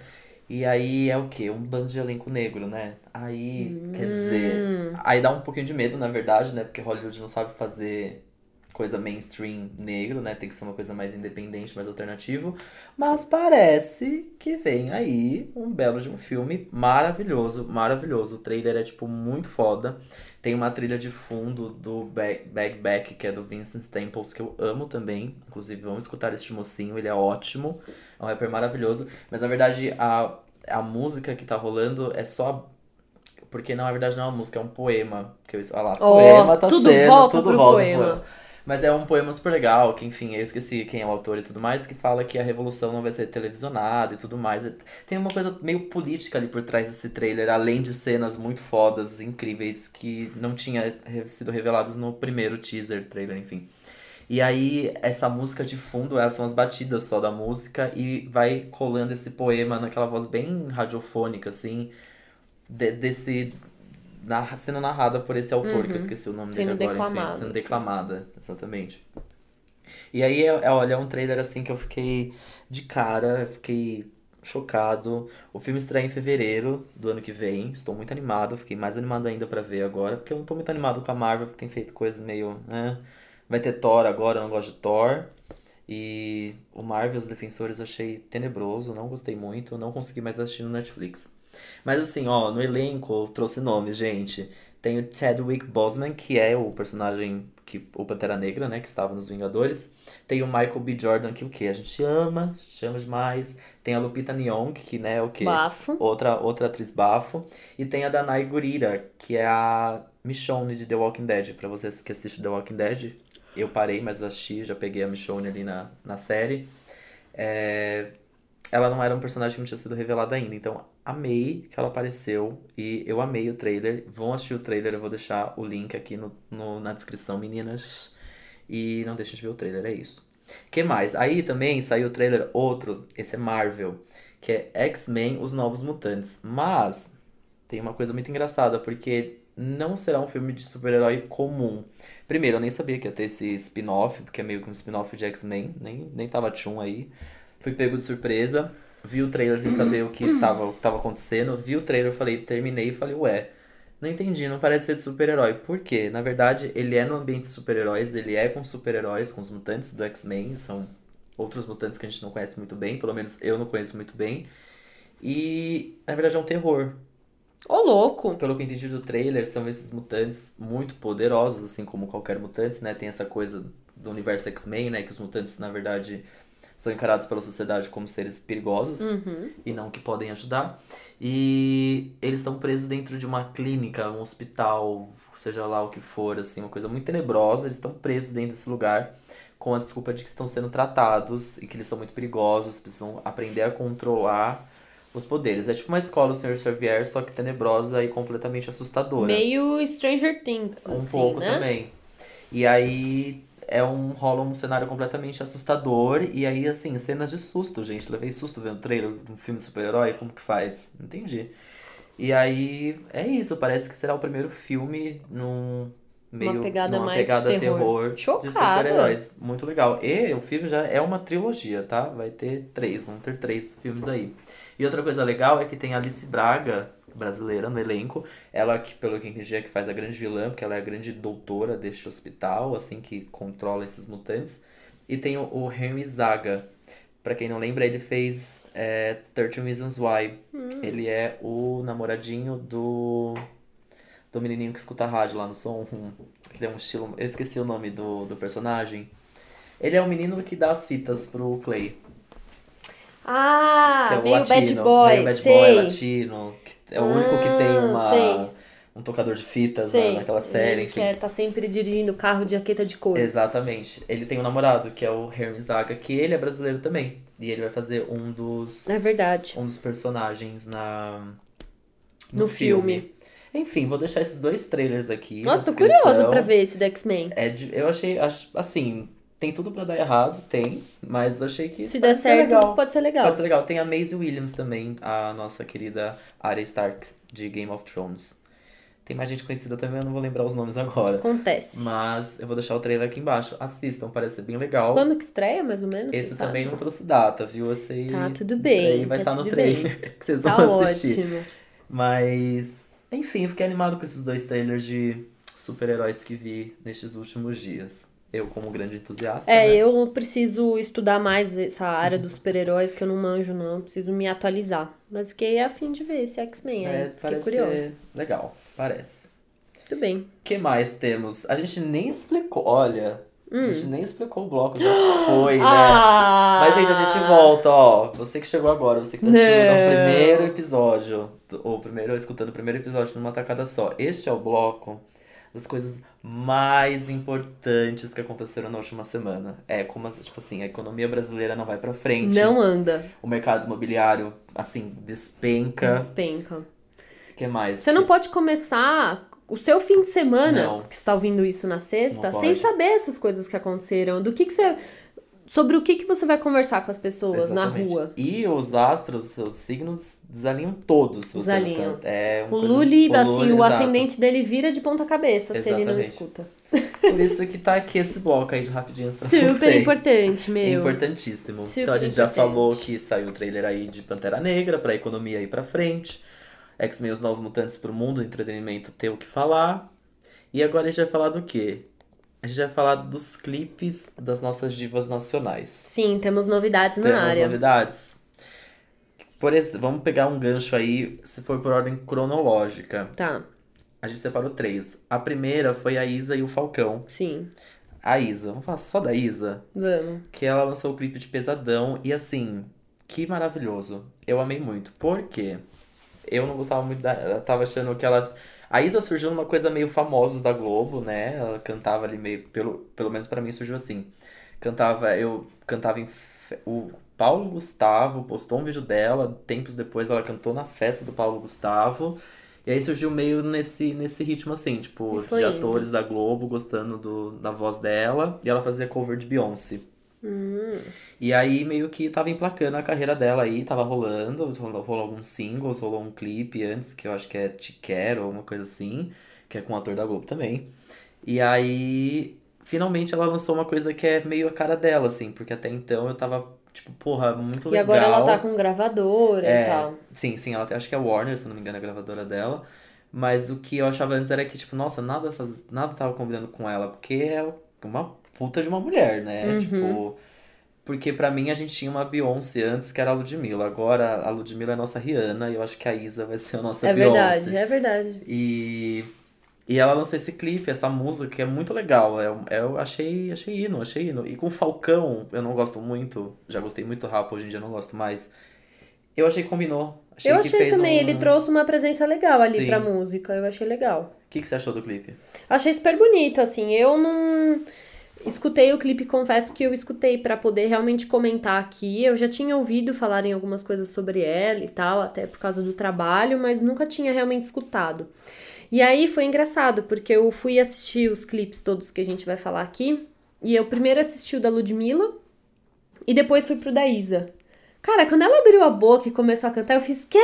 Speaker 1: E aí é o quê? Um bando de elenco negro, né? Aí, quer dizer.
Speaker 2: Hum,
Speaker 1: Aí dá um pouquinho de medo, na verdade, né? Porque Hollywood não sabe fazer coisa mainstream negro, né? Tem que ser uma coisa mais independente, mais alternativo. Mas parece que vem aí um belo de um filme maravilhoso, maravilhoso. O trailer é, tipo, muito foda. Tem uma trilha de fundo do Back Back, Back, que é do Vincent Staples, que eu amo também. Inclusive, vão escutar este mocinho, ele é ótimo. É um rapper maravilhoso. Mas, na verdade, a, a música que tá rolando é só a porque na verdade não é uma música, é um poema. Que eu, olha lá,
Speaker 2: Ó,
Speaker 1: poema tá
Speaker 2: tudo
Speaker 1: sendo,
Speaker 2: volta
Speaker 1: tudo
Speaker 2: pro
Speaker 1: volta pro
Speaker 2: poema.
Speaker 1: poema. Mas é um poema super legal, que enfim, eu esqueci quem é o autor e tudo mais, que fala que a revolução não vai ser televisionada e tudo mais. Tem uma coisa meio política ali por trás desse trailer, além de cenas muito fodas, incríveis, que não tinha sido reveladas no primeiro teaser, trailer, enfim. E aí, essa música de fundo, elas são as batidas só da música, e vai colando esse poema naquela voz bem radiofônica, assim, de, desse narra, sendo narrada por esse autor,
Speaker 2: Uhum.
Speaker 1: que eu esqueci o nome
Speaker 2: Sendo
Speaker 1: dele agora,
Speaker 2: declamada,
Speaker 1: enfim, sendo
Speaker 2: assim.
Speaker 1: declamada, exatamente. E aí, é- é, olha, é um trailer assim que eu fiquei de cara, eu fiquei chocado. O filme estreia em fevereiro do ano que vem, estou muito animado, fiquei mais animado ainda pra ver agora, porque eu não tô muito animado com a Marvel, que tem feito coisas meio, né? Vai ter Thor agora, eu não gosto de Thor. E o Marvel, os Defensores, achei tenebroso, não gostei muito, não consegui mais assistir no Netflix. Mas assim, ó, no elenco eu trouxe nomes, gente. Tem o Chadwick Boseman, que é o personagem que o Pantera Negra, né, que estava nos Vingadores. Tem o Michael B. Jordan, que o quê? A gente ama, chama demais. Tem a Lupita Nyong'o, que né, é o quê?
Speaker 2: Bafo.
Speaker 1: Outra, outra atriz bafo. E tem a Danai Gurira, que é a Michonne de The Walking Dead. Pra vocês que assistem The Walking Dead, eu parei, mas assisti, já peguei a Michonne ali na, na série. É, Ela não era um personagem que não tinha sido revelado ainda, então amei que ela apareceu e eu amei o trailer. Vão assistir o trailer, eu vou deixar o link aqui no, no- na descrição, meninas. E não deixem de ver o trailer, é isso. que mais? Aí também saiu o trailer outro, esse é Marvel que é X-Men, Os Novos Mutantes. Mas tem uma coisa muito engraçada, porque não será um filme de super-herói comum. Primeiro, eu nem sabia que ia ter esse spin-off, porque é meio que um spin-off de X-Men, nem, nem tava tchum aí. Fui pego de surpresa, vi o trailer sem saber o que tava, o que tava acontecendo, vi o trailer, falei, terminei e falei, ué. Não entendi, não parece ser de super-herói. Por quê? Na verdade, ele é no ambiente de super-heróis, ele é com super-heróis, com os mutantes do X-Men, são outros mutantes que a gente não conhece muito bem, pelo menos eu não conheço muito bem. E na verdade é um terror.
Speaker 2: Ô, louco!
Speaker 1: Pelo que eu entendi do trailer, são esses mutantes muito poderosos, assim como qualquer mutante, né? Tem essa coisa do universo X-Men, né? Que os mutantes, na verdade, são encarados pela sociedade como seres perigosos
Speaker 2: Uhum.
Speaker 1: e não que podem ajudar. E eles estão presos dentro de uma clínica, um hospital, seja lá o que for, assim, uma coisa muito tenebrosa. Eles estão presos dentro desse lugar com a desculpa de que estão sendo tratados e que eles são muito perigosos, precisam aprender a controlar os poderes. É tipo uma escola, o Sr. Xavier, só que tenebrosa e completamente assustadora.
Speaker 2: Meio Stranger Things,
Speaker 1: Um
Speaker 2: assim,
Speaker 1: pouco
Speaker 2: né?
Speaker 1: também. E aí é um rola um cenário completamente assustador. E aí, assim, cenas de susto, gente. Levei susto vendo o trailer de um filme de super-herói, como que faz? Não Entendi. E aí é isso, parece que será o primeiro filme num meio
Speaker 2: pegada
Speaker 1: numa
Speaker 2: mais
Speaker 1: pegada
Speaker 2: terror.
Speaker 1: de
Speaker 2: Chocada.
Speaker 1: super-heróis. Muito legal. E o filme já é uma trilogia, tá? Vai ter três, vão ter três filmes aí. E outra coisa legal é que tem a Alice Braga, brasileira, no elenco. Ela, que, pelo que eu entendi, é que faz a grande vilã, porque ela é a grande doutora deste hospital, assim, que controla esses mutantes. E tem o, o Henry Zaga. Pra quem não lembra, ele fez é, 13 Reasons Why. Ele é o namoradinho do. Do menininho que escuta rádio lá no som. <laughs> Ele é um estilo. Eu esqueci o nome do, do personagem. Ele é o menino que dá as fitas pro Clay.
Speaker 2: Ah,
Speaker 1: que é o
Speaker 2: meio
Speaker 1: latino.
Speaker 2: bad boy,
Speaker 1: meio bad
Speaker 2: sei.
Speaker 1: boy latino. que é o único que tem
Speaker 2: Ah,
Speaker 1: uma,
Speaker 2: sei.
Speaker 1: um tocador de fitas na-
Speaker 2: Sei.
Speaker 1: naquela série.
Speaker 2: Ele
Speaker 1: enfim.
Speaker 2: que é, tá sempre dirigindo carro de jaqueta de couro.
Speaker 1: Exatamente. Ele tem um namorado, que é o Hermes Zaga, que ele é brasileiro também. E ele vai fazer um dos
Speaker 2: É verdade.
Speaker 1: um dos personagens na
Speaker 2: No filme.
Speaker 1: Enfim, vou deixar esses dois trailers aqui.
Speaker 2: Nossa,
Speaker 1: na
Speaker 2: tô curiosa
Speaker 1: descrição.
Speaker 2: pra ver esse do X-Men.
Speaker 1: É de- eu achei, ach- assim, tem tudo pra dar errado, tem, mas eu achei que
Speaker 2: Se der
Speaker 1: pode ser
Speaker 2: certo,
Speaker 1: legal.
Speaker 2: pode ser legal.
Speaker 1: Pode ser legal. Tem a Maisie Williams também, a nossa querida Arya Stark de Game of Thrones. Tem mais gente conhecida também, eu não vou lembrar os nomes agora.
Speaker 2: Acontece.
Speaker 1: Mas eu vou deixar o trailer aqui embaixo. Assistam, parece ser bem legal.
Speaker 2: Quando que estreia, mais ou menos?
Speaker 1: Esse
Speaker 2: você sabe?
Speaker 1: também não trouxe data, viu? Esse aí,
Speaker 2: Tá, tudo
Speaker 1: esse
Speaker 2: bem,
Speaker 1: aí vai
Speaker 2: tá
Speaker 1: estar no
Speaker 2: tudo
Speaker 1: trailer <laughs> que vocês
Speaker 2: Tá
Speaker 1: vão assistir.
Speaker 2: ótimo.
Speaker 1: Mas, enfim, eu fiquei animado com esses dois trailers de super-heróis que vi nestes últimos dias. Eu, como grande entusiasta.
Speaker 2: É,
Speaker 1: né?
Speaker 2: eu preciso estudar mais essa área dos super-heróis que eu não manjo, não. Preciso me atualizar. Mas fiquei afim de ver esse X-Men aí.
Speaker 1: É,
Speaker 2: fiquei
Speaker 1: parece
Speaker 2: curioso.
Speaker 1: legal, parece.
Speaker 2: Tudo bem.
Speaker 1: O que mais temos? A gente nem explicou, olha.
Speaker 2: Hum.
Speaker 1: A gente nem explicou o bloco, já
Speaker 2: <gasps>
Speaker 1: foi, né?
Speaker 2: Ah!
Speaker 1: Mas, gente, a gente volta, ó. Você que chegou agora, você que tá assistindo
Speaker 2: Não.
Speaker 1: ao primeiro episódio, do- ou primeiro, escutando o primeiro episódio numa tacada só. Este é o bloco das coisas mais importantes que aconteceram na última semana. É como, as- tipo assim, a economia brasileira não vai pra frente.
Speaker 2: Não anda,
Speaker 1: O mercado imobiliário, assim, despenca.
Speaker 2: despenca.
Speaker 1: O que mais?
Speaker 2: Você não pode começar o seu fim de semana,
Speaker 1: Não.
Speaker 2: que você está ouvindo isso na sexta,
Speaker 1: Não
Speaker 2: sem
Speaker 1: pode.
Speaker 2: saber essas coisas que aconteceram, do que, que você. Sobre o que, que você vai conversar com as pessoas
Speaker 1: Exatamente.
Speaker 2: na rua.
Speaker 1: E os astros, seus signos, desalinham todos. se você não
Speaker 2: Desalinham.
Speaker 1: canta. É uma
Speaker 2: O
Speaker 1: coisa-
Speaker 2: Lully, assim, o
Speaker 1: exato.
Speaker 2: ascendente dele vira de ponta cabeça se ele não
Speaker 1: Exatamente.
Speaker 2: escuta.
Speaker 1: <laughs> Por isso que tá aqui esse bloco aí de rapidinhas pra
Speaker 2: Super
Speaker 1: vocês.
Speaker 2: importante,
Speaker 1: É
Speaker 2: meu.
Speaker 1: Importantíssimo.
Speaker 2: Super
Speaker 1: então a gente já
Speaker 2: importante.
Speaker 1: falou que saiu o trailer aí de Pantera Negra pra economia ir pra frente. X-Men os novos mutantes pro mundo, entretenimento ter o que falar. E agora a gente vai falar do quê? A gente vai falar dos clipes das nossas divas nacionais.
Speaker 2: Sim, temos novidades na
Speaker 1: Temos
Speaker 2: área.
Speaker 1: novidades. Por ex... Vamos pegar um gancho aí, se for por ordem cronológica.
Speaker 2: Tá,
Speaker 1: A gente separou três. A primeira foi a Isa e o Falcão.
Speaker 2: sim.
Speaker 1: A Isa, vamos falar só da Isa?
Speaker 2: Vamos.
Speaker 1: que ela lançou o clipe de Pesadão e assim, que maravilhoso. Eu amei muito. Por quê? Eu não gostava muito da. Eu tava achando que ela. A Isa surgiu numa coisa meio famosa da Globo, né? Ela cantava ali meio. Pelo, pelo menos pra mim surgiu assim. Cantava. Eu cantava em. fe- O Paulo Gustavo postou um vídeo dela. Tempos depois ela cantou na festa do Paulo Gustavo. E aí surgiu meio nesse, nesse ritmo assim, tipo,
Speaker 2: E foi
Speaker 1: de
Speaker 2: indo.
Speaker 1: atores da Globo gostando do, da voz dela. E ela fazia cover de Beyoncé.
Speaker 2: Hum,
Speaker 1: E aí meio que tava emplacando a carreira dela aí, tava rolando, rolou, rolou alguns singles, rolou um clipe antes, que eu acho que é Te Quero, alguma coisa assim, que é com o ator da Globo também. E aí, finalmente ela lançou uma coisa que é meio a cara dela, assim, porque até então eu tava, tipo, porra, muito
Speaker 2: E agora ela
Speaker 1: legal.
Speaker 2: tá com gravadora
Speaker 1: É,
Speaker 2: e tal.
Speaker 1: Sim, sim, ela tem- acho que é a Warner, se eu não me engano, a gravadora dela. Mas o que eu achava antes era que, tipo, nossa, nada, faz... nada tava combinando com ela, porque é uma puta de uma mulher, né?
Speaker 2: Uhum.
Speaker 1: Tipo. Porque pra mim a gente tinha uma Beyoncé antes, que era a Ludmilla. Agora a Ludmilla é a nossa Rihanna e eu acho que a Isa vai ser a nossa
Speaker 2: É
Speaker 1: Beyoncé.
Speaker 2: verdade, é verdade.
Speaker 1: E, e ela lançou esse clipe, essa música, que é muito legal. Eu, eu achei, achei hino, achei hino. E com o Falcão, eu não gosto muito, já gostei muito do rap, hoje em dia eu não gosto mais. Eu achei que combinou. Achei
Speaker 2: eu
Speaker 1: que
Speaker 2: achei
Speaker 1: fez
Speaker 2: também,
Speaker 1: um-
Speaker 2: ele trouxe uma presença legal ali
Speaker 1: Sim.
Speaker 2: pra música, eu achei legal.
Speaker 1: O que, que você achou do clipe?
Speaker 2: Achei super bonito, assim, eu não escutei o clipe, confesso que eu escutei pra poder realmente comentar aqui. Eu já tinha ouvido falarem algumas coisas sobre ela e tal, até por causa do trabalho, mas nunca tinha realmente escutado. E aí foi engraçado, porque eu fui assistir os clipes todos que a gente vai falar aqui, e eu primeiro assisti o da Ludmilla e depois fui pro da Isa. Cara, quando ela abriu a boca e começou a cantar, eu fiz, quê?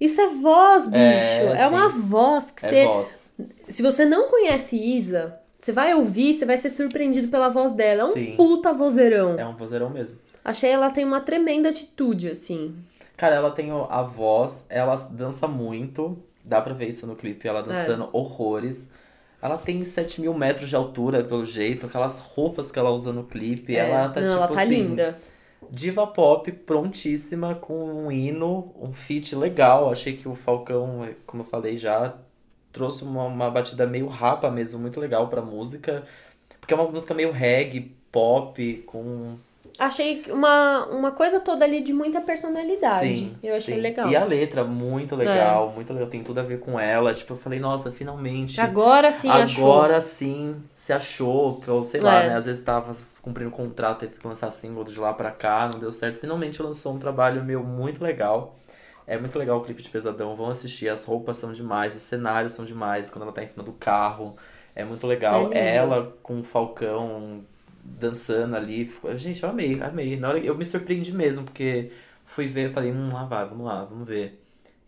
Speaker 2: Isso é voz, bicho.
Speaker 1: É,
Speaker 2: É, uma
Speaker 1: sim.
Speaker 2: voz que
Speaker 1: É
Speaker 2: você
Speaker 1: voz.
Speaker 2: se você não conhece Isa, você vai ouvir, você vai ser surpreendido pela voz dela. É um
Speaker 1: Sim.
Speaker 2: puta vozeirão.
Speaker 1: É um vozeirão mesmo.
Speaker 2: Achei ela tem uma tremenda atitude, assim.
Speaker 1: Cara, ela tem o- a voz, ela dança muito. Dá pra ver isso no clipe,
Speaker 2: É.
Speaker 1: ela dançando horrores. Ela tem 7 mil metros de altura, pelo jeito. Aquelas roupas que ela usa no clipe.
Speaker 2: É,
Speaker 1: Ela tá
Speaker 2: não,
Speaker 1: tipo
Speaker 2: ela tá
Speaker 1: assim,
Speaker 2: linda.
Speaker 1: Diva pop prontíssima, com um hino, um feat legal. Achei que o Falcão, eh, como eu falei já, trouxe uma, uma batida meio rapa mesmo, muito legal pra música. Porque é uma música meio reggae, pop, com.
Speaker 2: Achei uma, uma coisa toda ali de muita personalidade.
Speaker 1: Sim,
Speaker 2: eu achei
Speaker 1: sim.
Speaker 2: legal. É.
Speaker 1: E a letra, muito legal, muito legal. Tem tudo a ver com ela. Tipo, eu falei, nossa, finalmente.
Speaker 2: Agora sim achou.
Speaker 1: Agora sim se achou, ou sei lá,
Speaker 2: É.
Speaker 1: né? Às vezes tava cumprindo o contrato, teve que lançar single de lá pra cá, não deu certo. Finalmente lançou um trabalho meu muito legal. É muito legal o clipe de Pesadão, vão assistir, as roupas são demais, os cenários são demais, quando ela tá em cima do carro. É muito
Speaker 2: É
Speaker 1: legal.
Speaker 2: lindo.
Speaker 1: ela com o Falcão dançando ali. ficou- Gente, eu amei, amei. Na hora eu me surpreendi mesmo, porque fui ver, eu falei, hum, lá vai, vamos lá, vamos ver.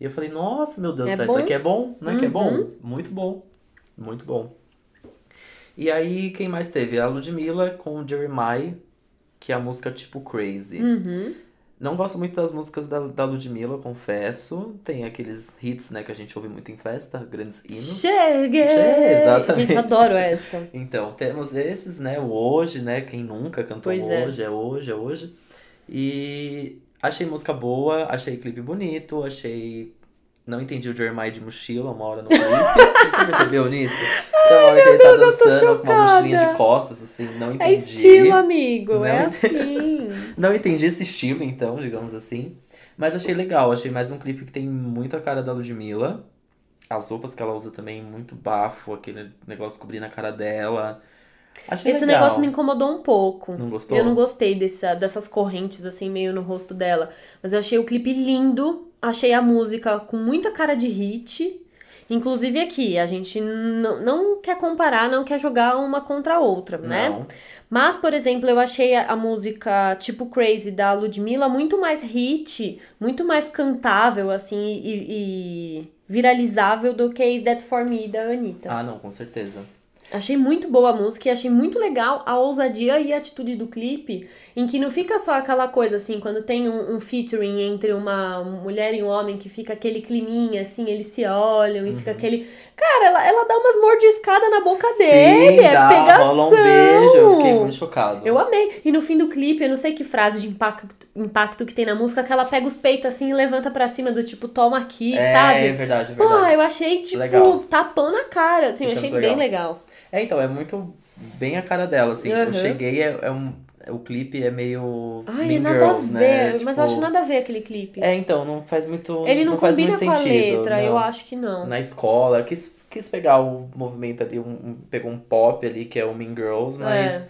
Speaker 1: E eu falei, nossa, meu Deus,
Speaker 2: É
Speaker 1: do céu,
Speaker 2: bom?
Speaker 1: isso aqui é bom, né? Que é bom,
Speaker 2: Uhum.
Speaker 1: muito bom. Muito bom. E aí, quem mais teve? A Ludmilla com o Jeremiah, que é a música tipo Crazy.
Speaker 2: Uhum.
Speaker 1: Não gosto muito das músicas da, da Ludmilla, confesso. Tem aqueles hits, né, que a gente ouve muito em festa, grandes hinos.
Speaker 2: Cheguei!
Speaker 1: Che- exatamente.
Speaker 2: Gente, eu adoro essa. É
Speaker 1: Então, temos esses, né, o Hoje, né, quem nunca cantou
Speaker 2: Pois é.
Speaker 1: Hoje, é Hoje, é Hoje. E achei música boa, achei clipe bonito, achei... Não entendi o Jeremiah de mochila uma hora no
Speaker 2: <laughs>
Speaker 1: clipe. Você percebeu nisso? Tem uma hora que ele tá
Speaker 2: Deus, eu tô
Speaker 1: dançando com uma mochilinha
Speaker 2: chocada.
Speaker 1: de costas, assim, não entendi.
Speaker 2: É estilo, amigo.
Speaker 1: Não
Speaker 2: É
Speaker 1: entendi.
Speaker 2: assim.
Speaker 1: Não entendi esse estilo, então, digamos assim. Mas achei legal, achei mais um clipe que tem muito a cara da Ludmilla. as roupas que ela usa também, muito bafo, aquele negócio cobrindo a cara dela. <laughs> Achei
Speaker 2: Esse
Speaker 1: legal.
Speaker 2: negócio me incomodou um pouco.
Speaker 1: Não gostou?
Speaker 2: Eu não gostei dessa, dessas correntes, assim, meio no rosto dela. Mas eu achei o clipe lindo, achei a música com muita cara de hit. Inclusive aqui, a gente não, não quer comparar, não quer jogar uma contra a outra, né?
Speaker 1: Não.
Speaker 2: Mas, por exemplo, eu achei a, a música tipo Crazy da Ludmilla muito mais hit, muito mais cantável, assim, e, e viralizável do que Is That For Me da Anitta.
Speaker 1: Ah, não, com certeza.
Speaker 2: Achei muito boa a música e achei muito legal a ousadia e a atitude do clipe, em que não fica só aquela coisa assim, quando tem um, um featuring entre uma mulher e um homem que fica aquele climinha assim, eles se olham e fica aquele. Cara, ela, ela dá umas mordiscadas na boca dele,
Speaker 1: Uhum. Sim,
Speaker 2: é
Speaker 1: dá,
Speaker 2: pegação.
Speaker 1: rola um beijo. Eu fiquei muito chocado.
Speaker 2: Eu amei. E no fim do clipe, eu não sei que frase de impacto, impacto que tem na música, que ela pega os peitos assim e levanta pra cima do tipo, toma aqui,
Speaker 1: é,
Speaker 2: sabe?
Speaker 1: É verdade, é
Speaker 2: Pô,
Speaker 1: verdade.
Speaker 2: eu achei, tipo,
Speaker 1: Legal.
Speaker 2: tapão na cara, assim, eu
Speaker 1: Isso é
Speaker 2: achei
Speaker 1: muito
Speaker 2: bem
Speaker 1: legal.
Speaker 2: legal.
Speaker 1: É, então, é muito bem a cara dela, assim. Eu
Speaker 2: Aham.
Speaker 1: cheguei, é, é um. O clipe é meio.
Speaker 2: Ai,
Speaker 1: mean
Speaker 2: nada
Speaker 1: Girls,
Speaker 2: a
Speaker 1: né?
Speaker 2: ver. Mas eu acho
Speaker 1: Tipo,
Speaker 2: nada a ver aquele clipe.
Speaker 1: É, então, não faz muito.
Speaker 2: Ele não,
Speaker 1: faz muito
Speaker 2: combina com a
Speaker 1: sentido,
Speaker 2: letra, eu
Speaker 1: não. é
Speaker 2: acho que não.
Speaker 1: Na escola, quis, quis pegar o movimento ali, um, um- pegou um pop ali, que é o Mean Girls, mas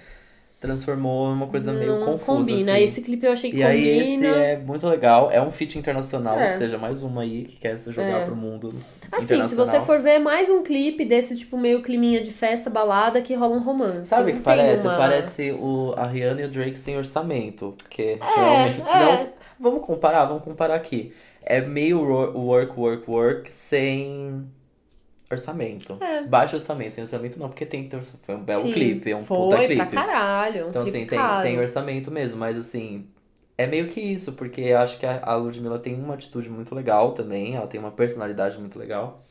Speaker 1: transformou em uma coisa meio
Speaker 2: não
Speaker 1: confusa.
Speaker 2: combina.
Speaker 1: assim.
Speaker 2: Esse clipe eu achei que
Speaker 1: E
Speaker 2: combina.
Speaker 1: aí, esse é muito legal. É um feat internacional,
Speaker 2: É.
Speaker 1: ou seja, mais uma aí que quer se jogar
Speaker 2: É.
Speaker 1: pro mundo. né?
Speaker 2: Assim, se
Speaker 1: internacional.
Speaker 2: você for ver é mais um clipe desse tipo meio climinha de festa, balada, que rola um romance.
Speaker 1: Sabe o
Speaker 2: Não
Speaker 1: que
Speaker 2: tem
Speaker 1: parece?
Speaker 2: uma-
Speaker 1: Parece o, a Rihanna e o Drake sem orçamento. Porque
Speaker 2: É,
Speaker 1: realmente.
Speaker 2: é.
Speaker 1: Não, vamos comparar, vamos comparar aqui. É meio ro- work, work, work sem orçamento.
Speaker 2: É.
Speaker 1: Baixo orçamento, sem orçamento não, porque tem, foi um belo
Speaker 2: Sim,
Speaker 1: clipe, é um
Speaker 2: foi
Speaker 1: puta clipe.
Speaker 2: pra caralho. Um
Speaker 1: Então,
Speaker 2: clipe
Speaker 1: assim, tem,
Speaker 2: caro.
Speaker 1: tem orçamento mesmo, mas assim, é meio que isso, porque eu acho que a, a Ludmilla tem uma atitude muito legal também, ela tem uma personalidade muito legal.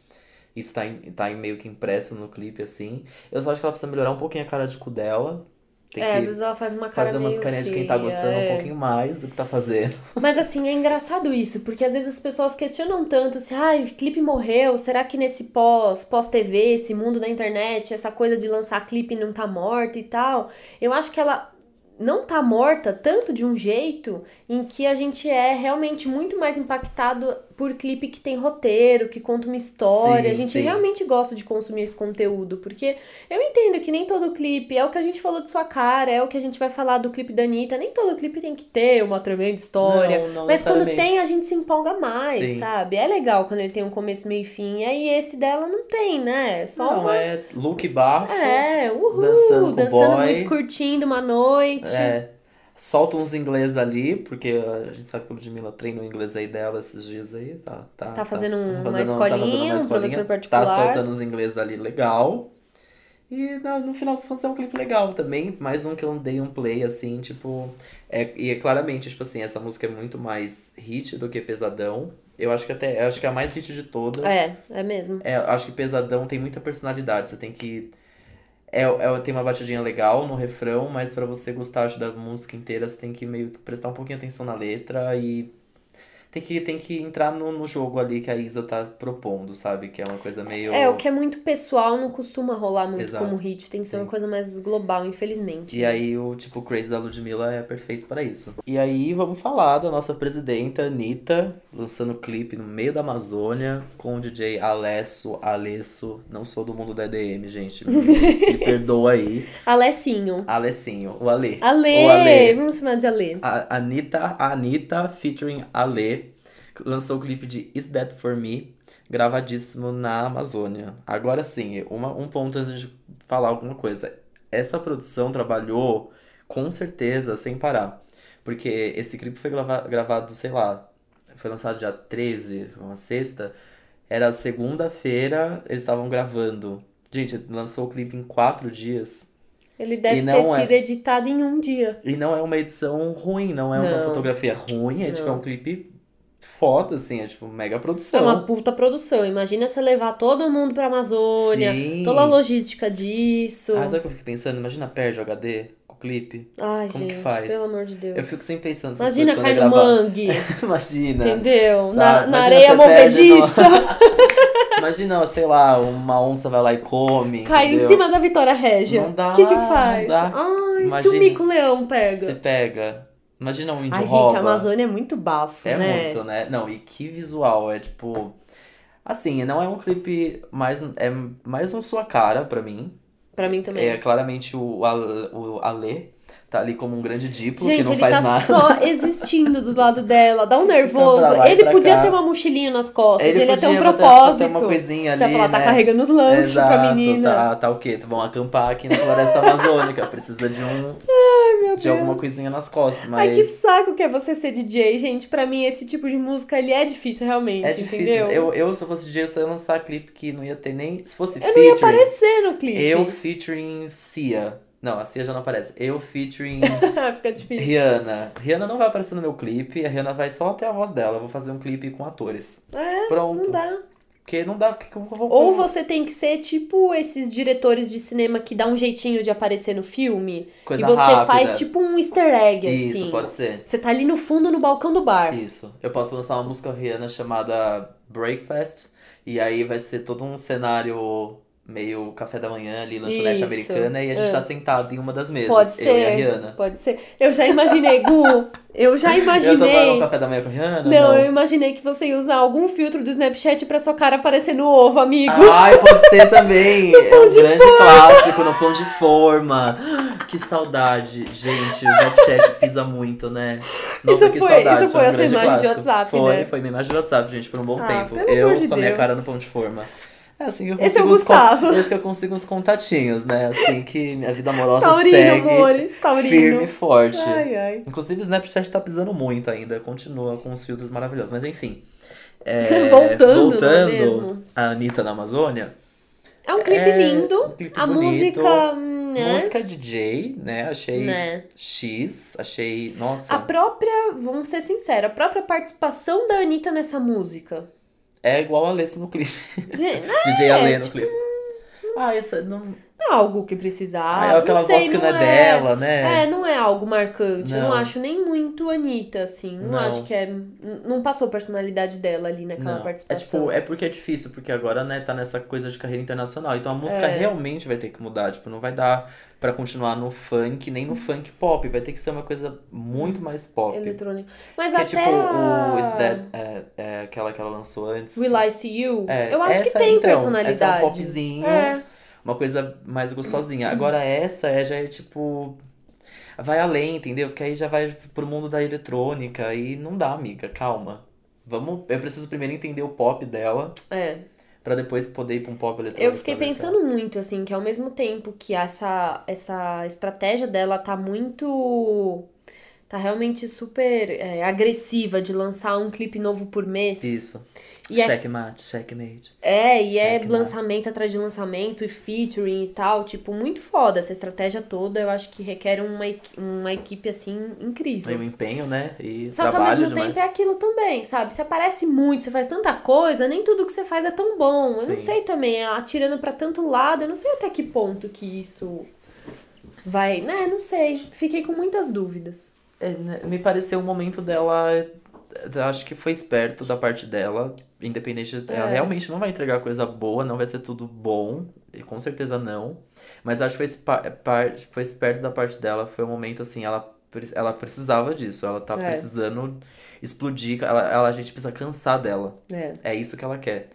Speaker 1: Isso tá, em, tá em meio que impresso no clipe, assim. Eu só acho que ela precisa melhorar um pouquinho a cara de cu dela. Tem
Speaker 2: É, às
Speaker 1: que
Speaker 2: vezes ela faz uma cara
Speaker 1: fazer umas
Speaker 2: meio
Speaker 1: carinhas de quem tá
Speaker 2: feia,
Speaker 1: gostando
Speaker 2: é.
Speaker 1: um pouquinho mais do que tá fazendo.
Speaker 2: Mas assim, é engraçado isso, porque às vezes as pessoas questionam tanto se, ai, o clipe morreu, será que nesse pós, pós-TV, esse mundo da internet, essa coisa de lançar clipe não tá morta e tal. Eu acho que ela não tá morta tanto de um jeito em que a gente é realmente muito mais impactado por clipe que tem roteiro, que conta uma história.
Speaker 1: Sim,
Speaker 2: a gente
Speaker 1: sim.
Speaker 2: realmente gosta de consumir esse conteúdo, porque eu entendo que nem todo clipe é o que a gente falou de sua cara, é o que a gente vai falar do clipe da Anitta, nem todo clipe tem que ter uma tremenda história.
Speaker 1: Não, não
Speaker 2: Mas quando
Speaker 1: necessariamente.
Speaker 2: tem, a gente se empolga mais,
Speaker 1: Sim.
Speaker 2: sabe? É legal quando ele tem um começo, meio e fim. E aí esse dela não tem, né? É Só
Speaker 1: Não,
Speaker 2: uma...
Speaker 1: é look bafo.
Speaker 2: É, uhul!
Speaker 1: dançando com o boy.
Speaker 2: muito, curtindo uma noite.
Speaker 1: É, solta uns inglês ali, porque a gente sabe que o Ludmilla treina o inglês aí dela esses dias aí. Tá, tá,
Speaker 2: Tá fazendo
Speaker 1: tá
Speaker 2: um-
Speaker 1: fazendo-
Speaker 2: uma
Speaker 1: tá fazendo
Speaker 2: escolinha, um professor
Speaker 1: Tá
Speaker 2: particular.
Speaker 1: soltando uns inglês ali legal. E na- no final dos contos é um clipe legal também. Mais um que eu dei um play, assim, tipo. É, e é claramente, tipo assim, essa música é muito mais hit do que pesadão. Eu acho que até. eu acho que é a mais hit de todas.
Speaker 2: É, é mesmo.
Speaker 1: É, eu acho que pesadão tem muita personalidade. Você tem que. É, é, tem uma batidinha legal no refrão, mas pra você gostar acho, da música inteira, você tem que meio que prestar um pouquinho atenção na letra e. Tem que, tem que entrar no, no jogo ali que a Isa tá propondo, sabe? Que é uma coisa meio.
Speaker 2: É, o que é muito pessoal não costuma rolar muito
Speaker 1: Exato.
Speaker 2: como hit. Tem que ser uma
Speaker 1: Sim.
Speaker 2: coisa mais global, infelizmente.
Speaker 1: E aí o tipo Crazy da Ludmilla é perfeito pra isso. E aí vamos falar da nossa presidenta Anitta, lançando clipe no meio da Amazônia com o DJ Alesso, Alesso, não sou do mundo da EDM, gente. Me, me
Speaker 2: <laughs>
Speaker 1: perdoa aí.
Speaker 2: Alecinho.
Speaker 1: Alessinho, o Ale.
Speaker 2: Ale!
Speaker 1: O Ale.
Speaker 2: Vamos chamar de Ale.
Speaker 1: A Anitta, a Anitta featuring Ale lançou o clipe de Is That For Me, gravadíssimo na Amazônia. Agora sim, uma, um ponto antes de falar alguma coisa. Essa produção trabalhou com certeza sem parar. Porque esse clipe foi grava- gravado, sei lá, foi lançado dia 13, uma sexta. Era segunda-feira, eles estavam gravando. Gente, lançou o clipe em quatro dias.
Speaker 2: Ele deve
Speaker 1: E
Speaker 2: ter
Speaker 1: não é.
Speaker 2: sido editado em um dia.
Speaker 1: E não é uma edição ruim, não é uma
Speaker 2: Não.
Speaker 1: fotografia ruim, é tipo é um clipe foda, assim, é tipo mega
Speaker 2: É uma
Speaker 1: produção.
Speaker 2: puta produção. Imagina você levar todo mundo pra Amazônia,
Speaker 1: Sim.
Speaker 2: toda a logística disso.
Speaker 1: Ah, sabe o que eu fico pensando? Imagina perde o HD com o clipe.
Speaker 2: Ai,
Speaker 1: Como que
Speaker 2: gente,
Speaker 1: faz?
Speaker 2: pelo amor de Deus.
Speaker 1: Eu fico sempre pensando essas
Speaker 2: Imagina
Speaker 1: coisas quando
Speaker 2: cair
Speaker 1: eu
Speaker 2: no
Speaker 1: gravar. <laughs>
Speaker 2: mangue,
Speaker 1: Imagina.
Speaker 2: entendeu?
Speaker 1: Sabe? Imagina
Speaker 2: Na, na areia
Speaker 1: você perde
Speaker 2: <laughs> movediça,
Speaker 1: Imagina, sei lá, uma onça vai lá e come.
Speaker 2: cair em
Speaker 1: entendeu?
Speaker 2: cima da Vitória Régia.
Speaker 1: Não dá,
Speaker 2: O que que faz?
Speaker 1: não dá.
Speaker 2: Ai, se o
Speaker 1: Imagina.
Speaker 2: mico leão
Speaker 1: Você
Speaker 2: pega.
Speaker 1: pega. Imagina um índio
Speaker 2: Ai, gente,
Speaker 1: rouba.
Speaker 2: a Amazônia é muito bafo,
Speaker 1: É
Speaker 2: né?
Speaker 1: muito, né? Não, e que visual, é tipo. Assim, não é um clipe mais. É mais um sua cara pra mim.
Speaker 2: Pra mim também.
Speaker 1: É claramente o, Al- o Alê tá ali como um grande diplo que
Speaker 2: Gente,
Speaker 1: não
Speaker 2: ele
Speaker 1: faz
Speaker 2: tá
Speaker 1: nada. <laughs> Então,
Speaker 2: só existindo do lado dela, dá um nervoso.
Speaker 1: pra lá e
Speaker 2: Ele
Speaker 1: pra
Speaker 2: podia
Speaker 1: cá.
Speaker 2: ter uma mochilinha nas costas, ele, ia ter um
Speaker 1: botar-
Speaker 2: propósito.
Speaker 1: botar uma coisinha
Speaker 2: Você
Speaker 1: ali,
Speaker 2: ia falar, tá
Speaker 1: né?
Speaker 2: carregando os lanches
Speaker 1: Exato,
Speaker 2: pra menina.
Speaker 1: Tá, tá o quê? Tá, Vão acampar aqui na floresta amazônica. Precisa de um
Speaker 2: Ai, <laughs> meu
Speaker 1: de
Speaker 2: Deus.
Speaker 1: alguma coisinha nas costas,
Speaker 2: Ai, que
Speaker 1: mas
Speaker 2: saco que é você ser DJ, gente. Pra mim, esse tipo de música, ele é difícil, realmente,
Speaker 1: é difícil.
Speaker 2: entendeu?
Speaker 1: Eu, eu, se eu fosse DJ, eu só ia lançar clipe que não ia ter nem. Se fosse
Speaker 2: Eu não ia
Speaker 1: featuring.
Speaker 2: aparecer no clipe.
Speaker 1: eu
Speaker 2: <laughs>
Speaker 1: featuring Cia. Não, a Cia já não aparece. Eu
Speaker 2: <laughs>
Speaker 1: featuring
Speaker 2: Ah, Fica difícil.
Speaker 1: Rihanna. Rihanna não vai aparecer no meu clipe, a Rihanna vai só ter a voz dela. Eu vou fazer um clipe com atores.
Speaker 2: É,
Speaker 1: Pronto.
Speaker 2: não dá.
Speaker 1: Porque não dá, porque como que eu vou.
Speaker 2: Ou você tem que ser tipo esses diretores de cinema que dá um jeitinho de aparecer no filme.
Speaker 1: Coisa
Speaker 2: e você
Speaker 1: rápida.
Speaker 2: faz tipo um easter egg,
Speaker 1: Isso,
Speaker 2: assim.
Speaker 1: pode ser.
Speaker 2: Você tá ali no fundo, no balcão do bar.
Speaker 1: Isso. Eu posso lançar uma música Rihanna chamada Breakfast. E aí vai ser todo um cenário meio café da manhã ali, lanchonete
Speaker 2: Isso.
Speaker 1: americana. E a gente
Speaker 2: É.
Speaker 1: tá sentado em uma das mesas.
Speaker 2: Pode
Speaker 1: Eu e a
Speaker 2: ser.
Speaker 1: Rihanna.
Speaker 2: Pode ser. Eu já imaginei, Gu, eu
Speaker 1: <laughs>
Speaker 2: já
Speaker 1: Eu tomava um
Speaker 2: imaginei.
Speaker 1: café da manhã com a Rihanna?
Speaker 2: Não, eu imaginei que você ia usar algum filtro do Snapchat pra sua cara aparecer no ovo, amigo.
Speaker 1: Ai, pode ser
Speaker 2: <laughs>
Speaker 1: também. É um grande clássico no pão de forma. Que saudade, gente. O Snapchat pisa muito, né? Nossa,
Speaker 2: Isso
Speaker 1: que
Speaker 2: foi-
Speaker 1: saudade.
Speaker 2: isso foi
Speaker 1: um
Speaker 2: a sua
Speaker 1: grande
Speaker 2: imagem de
Speaker 1: clássico.
Speaker 2: WhatsApp,
Speaker 1: foi,
Speaker 2: né?
Speaker 1: Foi minha imagem de WhatsApp, gente, por um bom
Speaker 2: Ah,
Speaker 1: tempo.
Speaker 2: pelo
Speaker 1: eu
Speaker 2: amor de
Speaker 1: com a minha
Speaker 2: Deus.
Speaker 1: cara no pão de forma. É assim que eu
Speaker 2: Esse é o
Speaker 1: consigo os con-
Speaker 2: Gustavo.
Speaker 1: Esse que eu consigo uns contatinhos, né? Assim que minha vida amorosa
Speaker 2: <laughs> Taurino,
Speaker 1: segue
Speaker 2: amores, Taurino.
Speaker 1: firme e forte.
Speaker 2: Ai, ai.
Speaker 1: Inclusive, o Snapchat tá pisando muito ainda, continua com os filtros maravilhosos, mas enfim.
Speaker 2: <laughs> Voltando, não é
Speaker 1: voltando
Speaker 2: mesmo?
Speaker 1: a Anitta na Amazônia.
Speaker 2: É um clipe
Speaker 1: É,
Speaker 2: lindo.
Speaker 1: um clipe
Speaker 2: a
Speaker 1: bonito.
Speaker 2: música, né?
Speaker 1: Música DJ, né? Achei
Speaker 2: Né.
Speaker 1: X, achei. Nossa.
Speaker 2: A própria, vamos ser sinceros, a própria participação da Anitta nessa música.
Speaker 1: É igual a Alessa no clipe.
Speaker 2: Gente,
Speaker 1: <laughs> DJ Alê no
Speaker 2: tipo,
Speaker 1: clipe. Ah, essa não.
Speaker 2: não é algo que precisava.
Speaker 1: ah, é aquela
Speaker 2: não sei,
Speaker 1: voz que não é,
Speaker 2: não
Speaker 1: dela,
Speaker 2: É,
Speaker 1: né?
Speaker 2: não é algo marcante. Eu Não
Speaker 1: Não.
Speaker 2: acho nem muito Anitta, assim. Não,
Speaker 1: Não.
Speaker 2: acho que é. n- Não passou a personalidade dela ali naquela
Speaker 1: Não. É
Speaker 2: participação.
Speaker 1: tipo, é porque é difícil, porque agora, né, tá nessa coisa de carreira internacional. Então a música
Speaker 2: É.
Speaker 1: realmente vai ter que mudar. Tipo, não vai dar pra continuar no funk, nem no funk pop. Vai ter que ser uma coisa muito mais pop.
Speaker 2: eletrônica. Mas
Speaker 1: Que é
Speaker 2: até.
Speaker 1: tipo
Speaker 2: a...
Speaker 1: o Is That, é, é aquela que ela lançou antes.
Speaker 2: Will I See You?
Speaker 1: É,
Speaker 2: Eu acho que
Speaker 1: essa,
Speaker 2: tem
Speaker 1: então,
Speaker 2: personalidade.
Speaker 1: Essa é um popzinho,
Speaker 2: É.
Speaker 1: uma coisa mais gostosinha. Agora essa é, já é tipo. Vai além, entendeu? Porque aí já vai pro mundo da eletrônica e não dá, amiga, calma. Vamos, eu preciso primeiro entender o pop dela
Speaker 2: é.
Speaker 1: pra depois poder ir pra um pop eletrônico.
Speaker 2: Eu fiquei
Speaker 1: pra ver se-
Speaker 2: pensando muito, assim, que ao mesmo tempo que essa, essa estratégia dela tá muito. tá realmente super é, agressiva de lançar um clipe novo por mês.
Speaker 1: Isso.
Speaker 2: E é-
Speaker 1: Checkmate, checkmate.
Speaker 2: É, e é
Speaker 1: Segue lá.
Speaker 2: lançamento atrás de lançamento e featuring e tal, tipo, muito foda essa estratégia toda. Eu acho que requer uma, equi- uma equipe assim
Speaker 1: Aí o
Speaker 2: incrível.
Speaker 1: empenho, né? E
Speaker 2: Só que ao
Speaker 1: trabalho
Speaker 2: mesmo
Speaker 1: demais.
Speaker 2: tempo é aquilo também, sabe? Você aparece muito, você faz tanta coisa, nem tudo que você faz é tão bom. Eu não
Speaker 1: Sim.
Speaker 2: sei também, é atirando pra tanto lado, eu não sei até que ponto que isso vai, né? Não sei. Fiquei com muitas dúvidas.
Speaker 1: É, né, me pareceu o momento dela. eu Acho que foi esperto da parte dela. Independente, de- ela
Speaker 2: É.
Speaker 1: realmente não vai entregar coisa boa, não vai ser tudo bom, e com certeza não. Mas acho que foi, espa- é, par- foi esperto da parte dela. Foi um momento assim, ela, pre- ela precisava disso, ela tá
Speaker 2: É.
Speaker 1: precisando explodir, ela, ela- a gente precisa cansar dela.
Speaker 2: É.
Speaker 1: É isso que ela quer.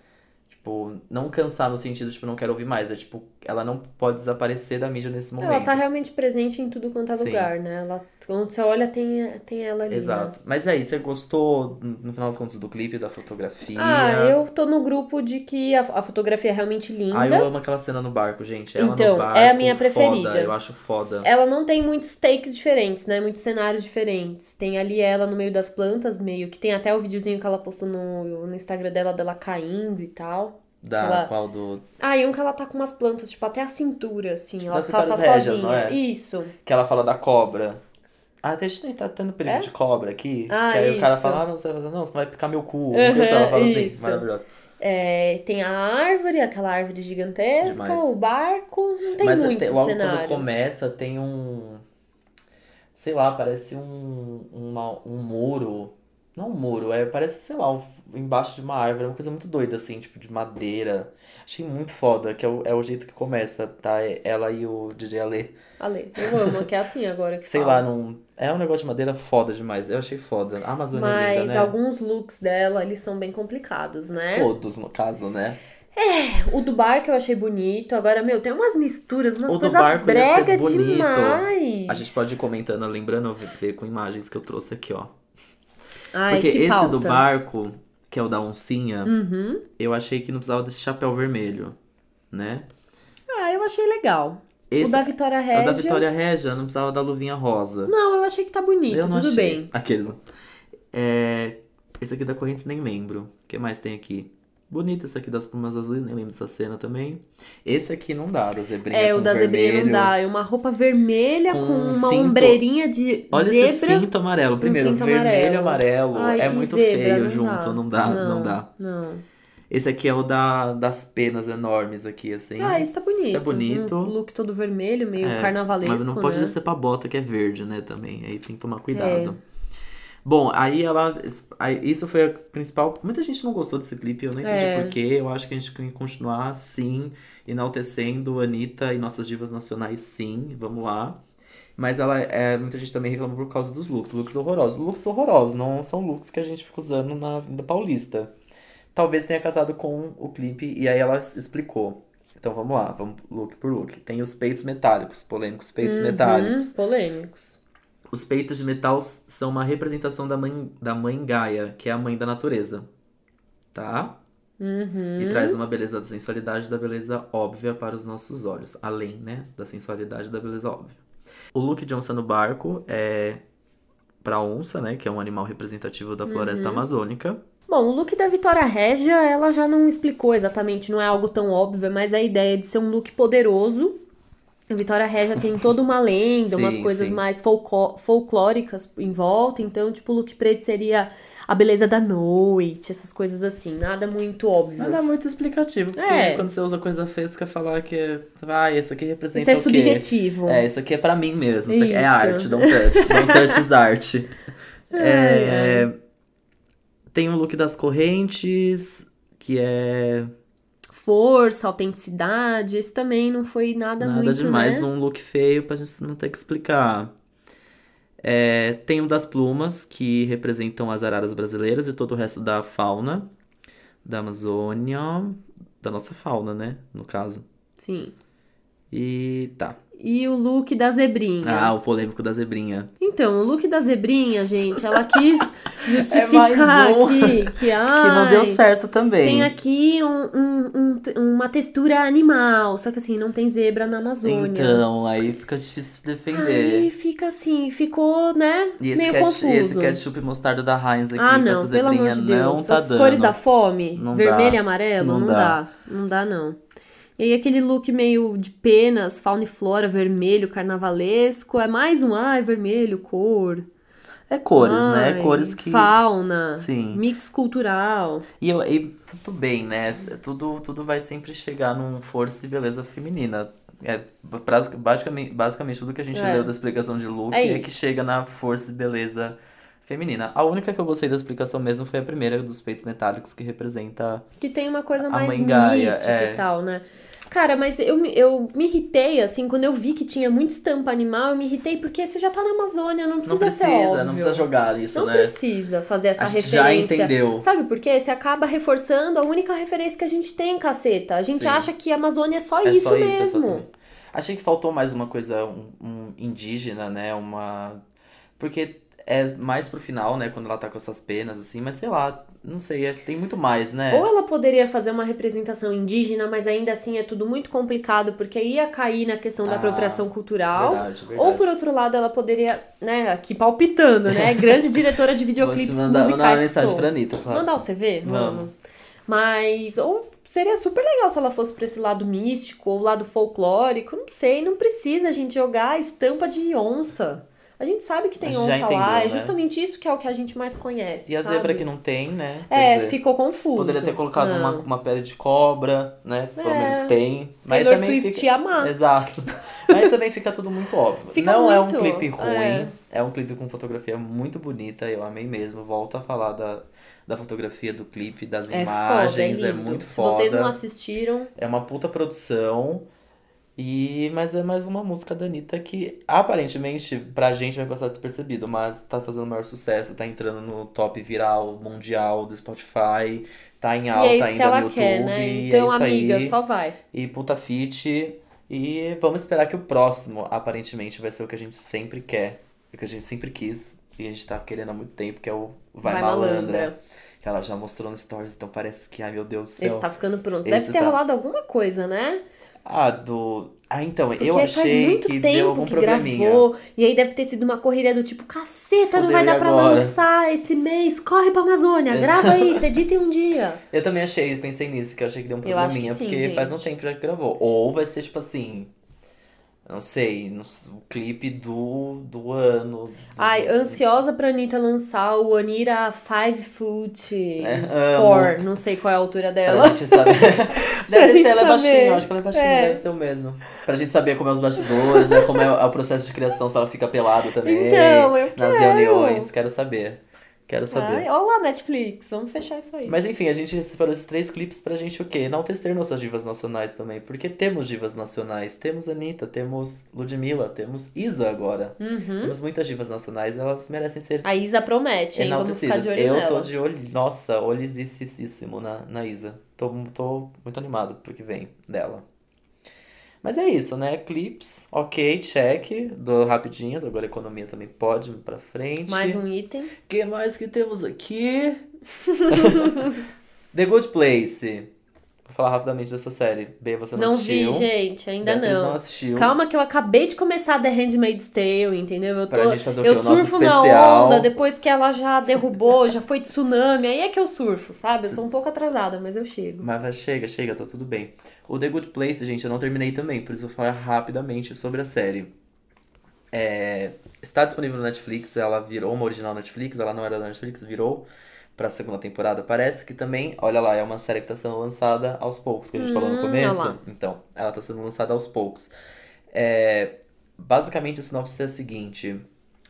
Speaker 1: Tipo, não cansar no sentido, tipo, não quero ouvir mais. É tipo, ela não pode desaparecer da mídia nesse
Speaker 2: Ela
Speaker 1: momento.
Speaker 2: tá realmente presente em tudo quanto é
Speaker 1: Sim.
Speaker 2: lugar, né? Ela, onde você olha, tem, tem ela ali. né?
Speaker 1: Exato. Mas aí, você gostou, no final das contas, do clipe, da fotografia?
Speaker 2: Ah, eu tô no grupo de que a, a fotografia é realmente linda.
Speaker 1: Ah, eu amo aquela cena no barco, gente. Ela
Speaker 2: Então,
Speaker 1: no barco,
Speaker 2: é a minha
Speaker 1: foda,
Speaker 2: preferida.
Speaker 1: eu acho foda.
Speaker 2: Ela não tem muitos takes diferentes, né? Muitos cenários diferentes. Tem ali ela no meio das plantas, meio que tem até o videozinho que ela postou no, no Instagram dela, dela caindo e tal.
Speaker 1: Da
Speaker 2: Ela-
Speaker 1: qual do...
Speaker 2: Ah, e um que ela tá com umas plantas, tipo, até a cintura, assim. ela
Speaker 1: Tipo das
Speaker 2: tá, tá
Speaker 1: Vitórias Régias,
Speaker 2: sozinha.
Speaker 1: não é?
Speaker 2: Isso.
Speaker 1: Que ela fala da cobra. Ah, até a gente tá tendo perigo
Speaker 2: É?
Speaker 1: de cobra aqui.
Speaker 2: Ah,
Speaker 1: que aí o cara
Speaker 2: isso.
Speaker 1: fala, ah, não, você vai, não, você vai picar meu cu.
Speaker 2: Uhum,
Speaker 1: Uma coisa, ela
Speaker 2: <laughs>
Speaker 1: fala assim,
Speaker 2: isso.
Speaker 1: maravilhosa.
Speaker 2: É, tem a árvore, aquela árvore gigantesca,
Speaker 1: Demais.
Speaker 2: o barco. Não tem
Speaker 1: Mas
Speaker 2: muitos
Speaker 1: tem- logo
Speaker 2: cenários.
Speaker 1: quando começa, tem um... Sei lá, parece um, uma- um muro Não um muro, é, parece, sei lá, um- embaixo de uma árvore, é uma coisa muito doida, assim, tipo, de madeira. Achei muito foda, que é o, é o jeito que começa, tá? É Ela e o DJ Ale.
Speaker 2: Ale, eu amo, que é assim agora que
Speaker 1: Sei
Speaker 2: fala.
Speaker 1: lá, não. É um negócio de madeira foda demais. Eu achei foda. A Amazônia é
Speaker 2: Mas
Speaker 1: linda, né?
Speaker 2: alguns looks dela, eles são bem complicados, né?
Speaker 1: Todos, no caso, né?
Speaker 2: O do bar que eu achei bonito. Agora, meu, tem umas misturas, umas
Speaker 1: O do
Speaker 2: coisas
Speaker 1: barco ia ser
Speaker 2: brega
Speaker 1: bonito.
Speaker 2: demais.
Speaker 1: A gente pode ir comentando, lembrando, eu ver com imagens que eu trouxe aqui, ó.
Speaker 2: Ai,
Speaker 1: Porque
Speaker 2: que
Speaker 1: esse
Speaker 2: pauta.
Speaker 1: do barco, que é o da oncinha,
Speaker 2: Uhum.
Speaker 1: eu achei que não precisava desse chapéu vermelho, né?
Speaker 2: Ah, eu achei legal.
Speaker 1: Esse
Speaker 2: o da Vitória
Speaker 1: é
Speaker 2: Regia.
Speaker 1: o da Vitória Regia, não precisava da luvinha rosa.
Speaker 2: Não, eu achei que tá bonito,
Speaker 1: eu não
Speaker 2: tudo
Speaker 1: achei.
Speaker 2: bem.
Speaker 1: Aqueles. É, esse aqui da corrente nem lembro. O que mais tem aqui? Bonito esse aqui das plumas azuis, nem lembro dessa cena também. Esse aqui não dá, da zebrinha
Speaker 2: É,
Speaker 1: com
Speaker 2: o da zebrinha
Speaker 1: vermelho.
Speaker 2: não dá. É uma roupa vermelha com,
Speaker 1: Com um
Speaker 2: uma
Speaker 1: cinto.
Speaker 2: ombreirinha de
Speaker 1: Olha esse
Speaker 2: zebra.
Speaker 1: cinto amarelo. Primeiro,
Speaker 2: cinto
Speaker 1: vermelho e amarelo.
Speaker 2: amarelo. Ai,
Speaker 1: é
Speaker 2: e
Speaker 1: muito
Speaker 2: zebra,
Speaker 1: feio
Speaker 2: não
Speaker 1: junto,
Speaker 2: dá.
Speaker 1: não dá, não,
Speaker 2: Não.
Speaker 1: dá.
Speaker 2: Não.
Speaker 1: Esse aqui é o da, das penas enormes aqui, assim.
Speaker 2: Ah, isso tá bonito.
Speaker 1: Isso é bonito.
Speaker 2: Um look todo vermelho, meio
Speaker 1: É,
Speaker 2: carnavalesco,
Speaker 1: Mas não pode
Speaker 2: né? É.
Speaker 1: descer pra bota que é verde, né, também. Aí tem que tomar cuidado. Bom, aí ela. aí Isso foi a principal. Muita gente não gostou desse clipe, eu não entendi
Speaker 2: É.
Speaker 1: por quê. Eu acho que a gente tem que continuar sim, enaltecendo Anitta e nossas divas nacionais, sim. Vamos lá. Mas ela é, muita gente também reclama por causa dos looks, looks horrorosos. Looks horrorosos, não são looks que a gente fica usando na Avenida Paulista. Talvez tenha casado com o clipe e aí ela s- explicou. Então vamos lá, vamos look por look. Tem os peitos metálicos, polêmicos peitos metálicos.
Speaker 2: Uhum, polêmicos.
Speaker 1: Os peitos de metal s- são uma representação da mãe, da mãe Gaia, que é a mãe da natureza. Tá?
Speaker 2: Uhum.
Speaker 1: E traz uma beleza da sensualidade e da beleza óbvia para os nossos olhos. Além, né? Da sensualidade e da beleza óbvia. O look de onça no barco é pra onça, né? Que é um animal representativo da
Speaker 2: Uhum.
Speaker 1: floresta amazônica.
Speaker 2: Bom, o look da Vitória Régia, ela já não explicou exatamente, não é algo tão óbvio, mas a ideia de ser um look poderoso. A Vitória Régia
Speaker 1: <laughs>
Speaker 2: tem toda uma lenda, umas
Speaker 1: Sim,
Speaker 2: coisas
Speaker 1: sim.
Speaker 2: mais folcó- folclóricas em volta, então, tipo, o look preto seria a beleza da noite, essas coisas assim, nada muito óbvio.
Speaker 1: Nada muito explicativo, porque
Speaker 2: É.
Speaker 1: quando você usa coisa fresca falar que. é- você fala, Ah, isso aqui representa
Speaker 2: Isso é
Speaker 1: o quê?
Speaker 2: subjetivo.
Speaker 1: É, isso aqui é pra mim mesmo. Isso aqui é
Speaker 2: Isso.
Speaker 1: arte, don't touch. Don't touch is <laughs>
Speaker 2: <laughs>
Speaker 1: arte. É, Tem o look das correntes, que é
Speaker 2: Força, autenticidade, isso também não foi nada,
Speaker 1: nada
Speaker 2: muito,
Speaker 1: demais,
Speaker 2: né?
Speaker 1: um look feio pra gente não ter que explicar. É, tem o das plumas, que representam as araras brasileiras e todo o resto da fauna da Amazônia, da nossa fauna, né? No caso.
Speaker 2: Sim.
Speaker 1: E tá.
Speaker 2: E o look da zebrinha.
Speaker 1: Ah, o polêmico da zebrinha.
Speaker 2: Então, o look da zebrinha,
Speaker 1: <laughs>
Speaker 2: gente, ela quis justificar
Speaker 1: mais um
Speaker 2: que, que,
Speaker 1: <laughs> que não deu
Speaker 2: ai,
Speaker 1: certo também.
Speaker 2: Tem aqui um- um- um- uma textura animal, só que assim, não tem zebra na Amazônia.
Speaker 1: Então, aí fica difícil se defender.
Speaker 2: Aí fica assim, ficou, né,
Speaker 1: E esse,
Speaker 2: meio
Speaker 1: ketchup,
Speaker 2: confuso.
Speaker 1: esse ketchup mostarda da Heinz aqui
Speaker 2: ah,
Speaker 1: com
Speaker 2: não,
Speaker 1: essa
Speaker 2: pelo amor
Speaker 1: zebrinha
Speaker 2: de
Speaker 1: não
Speaker 2: Deus.
Speaker 1: tá
Speaker 2: As
Speaker 1: dando.
Speaker 2: cores da fome,
Speaker 1: Não
Speaker 2: vermelho
Speaker 1: dá.
Speaker 2: e amarelo,
Speaker 1: Não
Speaker 2: não,
Speaker 1: dá.
Speaker 2: dá. Não dá, não. E aí aquele look meio de penas, fauna e flora, vermelho, carnavalesco, é mais um, ai, vermelho, cor.
Speaker 1: É cores, né?
Speaker 2: Ai,
Speaker 1: Cores que.
Speaker 2: Fauna.
Speaker 1: Sim.
Speaker 2: Mix cultural.
Speaker 1: E, eu- e tudo bem, né? Tudo, tudo vai sempre chegar num força e beleza feminina. É pras- basicamente, basicamente tudo que a gente
Speaker 2: É.
Speaker 1: leu da explicação de Luke
Speaker 2: É
Speaker 1: é,
Speaker 2: isso.
Speaker 1: que chega na força e beleza feminina. A única que eu gostei da explicação mesmo foi a primeira dos peitos metálicos que representa
Speaker 2: Que tem uma
Speaker 1: A
Speaker 2: coisa mais
Speaker 1: mãe Gaia,
Speaker 2: mística
Speaker 1: é.
Speaker 2: e tal, né? Cara, mas eu, me- eu me irritei, assim, quando eu vi que tinha muita estampa animal, eu me irritei, porque você já tá na Amazônia, não
Speaker 1: Não
Speaker 2: precisa,
Speaker 1: precisa,
Speaker 2: ser óbvio.
Speaker 1: não precisa jogar isso,
Speaker 2: Não
Speaker 1: né?
Speaker 2: precisa fazer essa
Speaker 1: a gente já
Speaker 2: referência.
Speaker 1: entendeu.
Speaker 2: Sabe por quê? Você acaba reforçando a única referência que a gente tem, caceta. A gente
Speaker 1: Sim.
Speaker 2: acha que a Amazônia é só
Speaker 1: É
Speaker 2: isso
Speaker 1: só isso,
Speaker 2: mesmo.
Speaker 1: exatamente. Achei que faltou mais uma coisa um, um indígena, né? Uma. Porque é mais pro final, né? Quando ela tá com essas penas, assim, mas sei lá, não sei, é- tem muito mais, né?
Speaker 2: Ou ela poderia fazer uma representação indígena, mas ainda assim é tudo muito complicado, porque ia cair na questão da
Speaker 1: Ah,
Speaker 2: apropriação cultural.
Speaker 1: Verdade, verdade.
Speaker 2: Ou por outro lado, ela poderia, né, aqui palpitando,
Speaker 1: <laughs>
Speaker 2: né? Grande diretora de
Speaker 1: Vou te
Speaker 2: videoclipes
Speaker 1: mandar,
Speaker 2: musicais.
Speaker 1: mandar uma
Speaker 2: que
Speaker 1: mensagem
Speaker 2: sou.
Speaker 1: pra Anitta, claro.
Speaker 2: Mandar o CV?
Speaker 1: Vamos.
Speaker 2: Vamos. Mas, ou seria super legal se ela fosse pra esse lado místico ou lado folclórico, não sei, não precisa a gente jogar a estampa de onça. A gente sabe que
Speaker 1: A
Speaker 2: tem
Speaker 1: gente já
Speaker 2: onça lá,
Speaker 1: entendeu,
Speaker 2: é
Speaker 1: né?
Speaker 2: justamente isso que é o que a gente mais conhece.
Speaker 1: E é a
Speaker 2: sabe?
Speaker 1: zebra que não tem, né? Quer
Speaker 2: É,
Speaker 1: dizer,
Speaker 2: ficou confuso.
Speaker 1: Poderia ter colocado
Speaker 2: Não.
Speaker 1: uma, uma pele de cobra, né? Pelo
Speaker 2: É.
Speaker 1: menos tem. Mas
Speaker 2: Taylor
Speaker 1: também
Speaker 2: Swift
Speaker 1: fica...
Speaker 2: ia amar.
Speaker 1: Exato. <laughs> Aí também fica tudo muito óbvio.
Speaker 2: Ah. Fica
Speaker 1: Não é um
Speaker 2: muito,
Speaker 1: clipe ruim,
Speaker 2: é.
Speaker 1: é. um clipe com fotografia muito bonita, eu amei mesmo. Volto a falar da, da fotografia do clipe, das
Speaker 2: É foda, é
Speaker 1: imagens,
Speaker 2: lindo.
Speaker 1: é muito
Speaker 2: Se
Speaker 1: foda.
Speaker 2: vocês não assistiram,
Speaker 1: É uma puta produção. E mas é mais uma música da Anitta que aparentemente pra gente vai passar despercebido, mas tá fazendo o maior sucesso, tá entrando no top viral mundial do Spotify, tá em alta
Speaker 2: e é isso
Speaker 1: ainda
Speaker 2: que ela
Speaker 1: no YouTube,
Speaker 2: quer, né?
Speaker 1: e
Speaker 2: Então,
Speaker 1: é isso
Speaker 2: amiga,
Speaker 1: aí.
Speaker 2: só vai.
Speaker 1: E puta fit. E vamos esperar que o próximo, aparentemente, vai ser o que a gente sempre quer, o que a gente sempre quis, e a gente tá querendo há muito tempo, que é o Vai,
Speaker 2: Vai
Speaker 1: Malandra.
Speaker 2: Malandra.
Speaker 1: Que ela já mostrou no Stories, então parece que, ai meu Deus do
Speaker 2: Esse
Speaker 1: céu.
Speaker 2: tá ficando pronto.
Speaker 1: Esse
Speaker 2: Deve ter
Speaker 1: tá.
Speaker 2: rolado alguma coisa, né?
Speaker 1: Ah, do. Ah, então,
Speaker 2: Porque
Speaker 1: eu
Speaker 2: faz
Speaker 1: achei
Speaker 2: muito
Speaker 1: que
Speaker 2: tempo
Speaker 1: deu algum
Speaker 2: que
Speaker 1: probleminha.
Speaker 2: gravou. E aí deve ter sido uma correria do tipo, caceta, não
Speaker 1: Fudeu,
Speaker 2: vai
Speaker 1: e
Speaker 2: dar pra
Speaker 1: agora?"
Speaker 2: lançar esse mês. Corre pra Amazônia,
Speaker 1: É.
Speaker 2: grava isso, edita em um
Speaker 1: <laughs>
Speaker 2: dia.
Speaker 1: Eu também achei, pensei nisso, que eu achei que deu um
Speaker 2: Eu acho que
Speaker 1: probleminha,
Speaker 2: sim,
Speaker 1: porque faz um
Speaker 2: gente.
Speaker 1: tempo já que gravou. Ou vai ser tipo assim. Não sei, no, o clipe do, do ano. do-
Speaker 2: Ai, ansiosa pra Anitta lançar o Anira Five Foot
Speaker 1: É, Tá
Speaker 2: Four. Não sei qual é a altura
Speaker 1: Pra
Speaker 2: dela.
Speaker 1: gente <laughs> saber.
Speaker 2: Pra
Speaker 1: Deve
Speaker 2: gente
Speaker 1: ser, ela é
Speaker 2: saber.
Speaker 1: baixinha, eu acho que ela é baixinha,
Speaker 2: É.
Speaker 1: deve ser o mesmo. Pra gente saber como é os bastidores, né, como é o é o processo de criação, se ela fica pelada também.
Speaker 2: Então, eu
Speaker 1: Nas
Speaker 2: quero.
Speaker 1: reuniões, quero saber. Quero saber.
Speaker 2: Ai, olha lá, Netflix. Vamos fechar isso aí.
Speaker 1: Mas enfim, a gente separou esses três clipes pra gente o quê? Não testar nossas divas nacionais também. Porque temos divas nacionais. Temos Anitta, temos Ludmilla, temos Isa agora.
Speaker 2: Uhum.
Speaker 1: Temos muitas divas nacionais, elas merecem ser
Speaker 2: A Isa promete, hein? Vamos ficar
Speaker 1: enaltecidas.
Speaker 2: de olho
Speaker 1: É, Eu
Speaker 2: nela.
Speaker 1: tô de olho. Nossa, olhizicíssimo na, na Isa. Tô, tô muito animado pro que vem dela. Mas é isso, né? Clips, ok, check. Do rapidinhas, agora a economia também pode ir pra frente.
Speaker 2: Mais um item.
Speaker 1: O que mais que temos aqui? <laughs> The Good Place. Vou falar rapidamente dessa série. B, você não,
Speaker 2: Não
Speaker 1: assistiu.
Speaker 2: vi, gente, ainda
Speaker 1: Beatriz
Speaker 2: não.
Speaker 1: assistiu.
Speaker 2: Calma que eu acabei de começar The Handmaid's Tale, entendeu? Eu tô,
Speaker 1: Pra gente fazer o quê?
Speaker 2: eu
Speaker 1: O nosso
Speaker 2: surfo na
Speaker 1: especial.
Speaker 2: onda, depois que ela já derrubou, já foi tsunami, aí é que eu surfo, sabe? Eu sou um pouco atrasada, mas eu chego.
Speaker 1: Mas vai- chega, chega, tá tudo bem. O The Good Place, gente, eu não terminei também, por isso eu vou falar rapidamente sobre a série. É, está disponível no Netflix, ela virou uma original Netflix, ela não era da Netflix, virou pra segunda temporada. Parece que também, olha lá, é uma série que tá sendo lançada aos poucos, que a gente falou
Speaker 2: Hum,
Speaker 1: no
Speaker 2: olha lá.
Speaker 1: começo. Então, ela tá sendo lançada aos poucos. É, basicamente, a sinopse é a seguinte: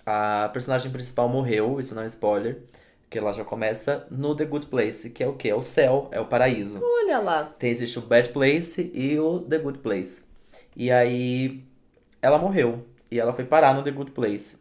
Speaker 1: a personagem principal morreu, isso não é spoiler. Porque ela já começa no The Good Place, que é o quê? É o céu, é o paraíso.
Speaker 2: Olha lá.
Speaker 1: Tem, existe o Bad Place e o The Good Place. E aí ela morreu. E ela foi parar no The Good Place.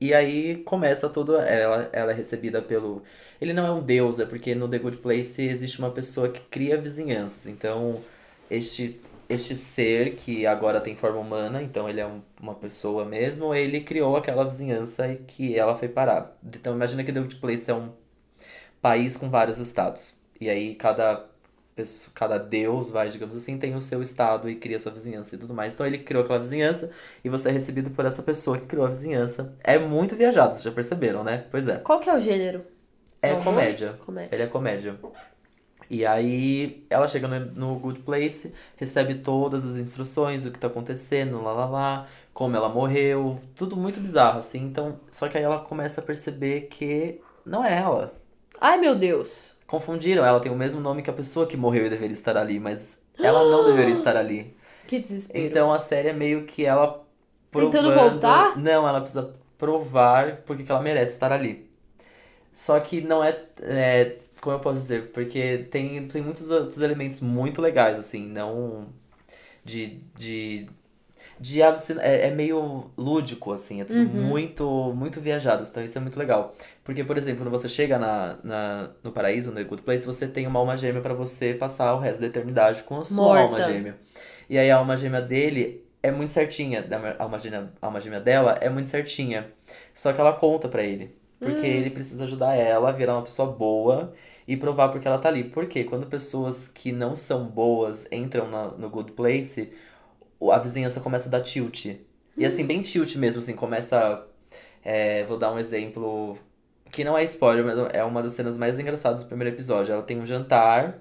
Speaker 1: E aí começa todo. Ela, ela é recebida pelo. Ele não é um deus, é porque no The Good Place existe uma pessoa que cria vizinhanças. Então, este, este ser que agora tem forma humana, então ele é um- uma pessoa mesmo, ele criou aquela vizinhança e que ela foi parar. Então, imagina que The Good Place é um país com vários estados. E aí cada pessoa- cada deus vai, digamos assim, tem o seu estado e cria sua vizinhança e tudo mais. Então ele criou aquela vizinhança e você é recebido por essa pessoa que criou a vizinhança. É muito viajado, vocês já perceberam, né? Pois é.
Speaker 2: Qual que é o gênero?
Speaker 1: É
Speaker 2: Uhum.
Speaker 1: comédia.
Speaker 2: Comédia.
Speaker 1: Ele é comédia. E aí ela chega no, no Good Place, recebe todas as instruções, o que tá acontecendo, lá lá lá, como ela morreu, tudo muito bizarro, assim. Então, só que aí ela começa a perceber que não é ela.
Speaker 2: Ai, meu Deus.
Speaker 1: Confundiram, ela tem o mesmo nome que a pessoa que morreu e deveria estar ali, mas ela não
Speaker 2: <gasps>
Speaker 1: deveria estar ali.
Speaker 2: Que desespero.
Speaker 1: Então a série é meio que ela provando...
Speaker 2: Tentando voltar?
Speaker 1: Não, ela precisa provar porque que ela merece estar ali. Só que não é, é, como eu posso dizer, porque tem, tem muitos outros elementos muito legais, assim, não de... de de alucina- é, é meio lúdico, assim, é tudo muito, muito viajado, então isso é muito legal. Porque, por exemplo, quando você chega na, na, no paraíso, no Good Place, você tem uma alma gêmea pra você passar o resto da eternidade com a sua alma
Speaker 2: Morta.
Speaker 1: gêmea. E aí a alma gêmea dele é muito certinha, da ma- a alma gêmea, a alma gêmea dela é muito certinha. Só que ela conta pra ele. Porque ele precisa ajudar ela a virar uma pessoa boa e provar porque ela tá ali. Porque quando pessoas que não são boas entram na- no Good Place, o- a vizinhança começa a dar tilt. E assim, bem tilt mesmo, assim, começa. é, vou dar um exemplo que não é spoiler, mas é uma das cenas mais engraçadas do primeiro episódio. Ela tem um jantar,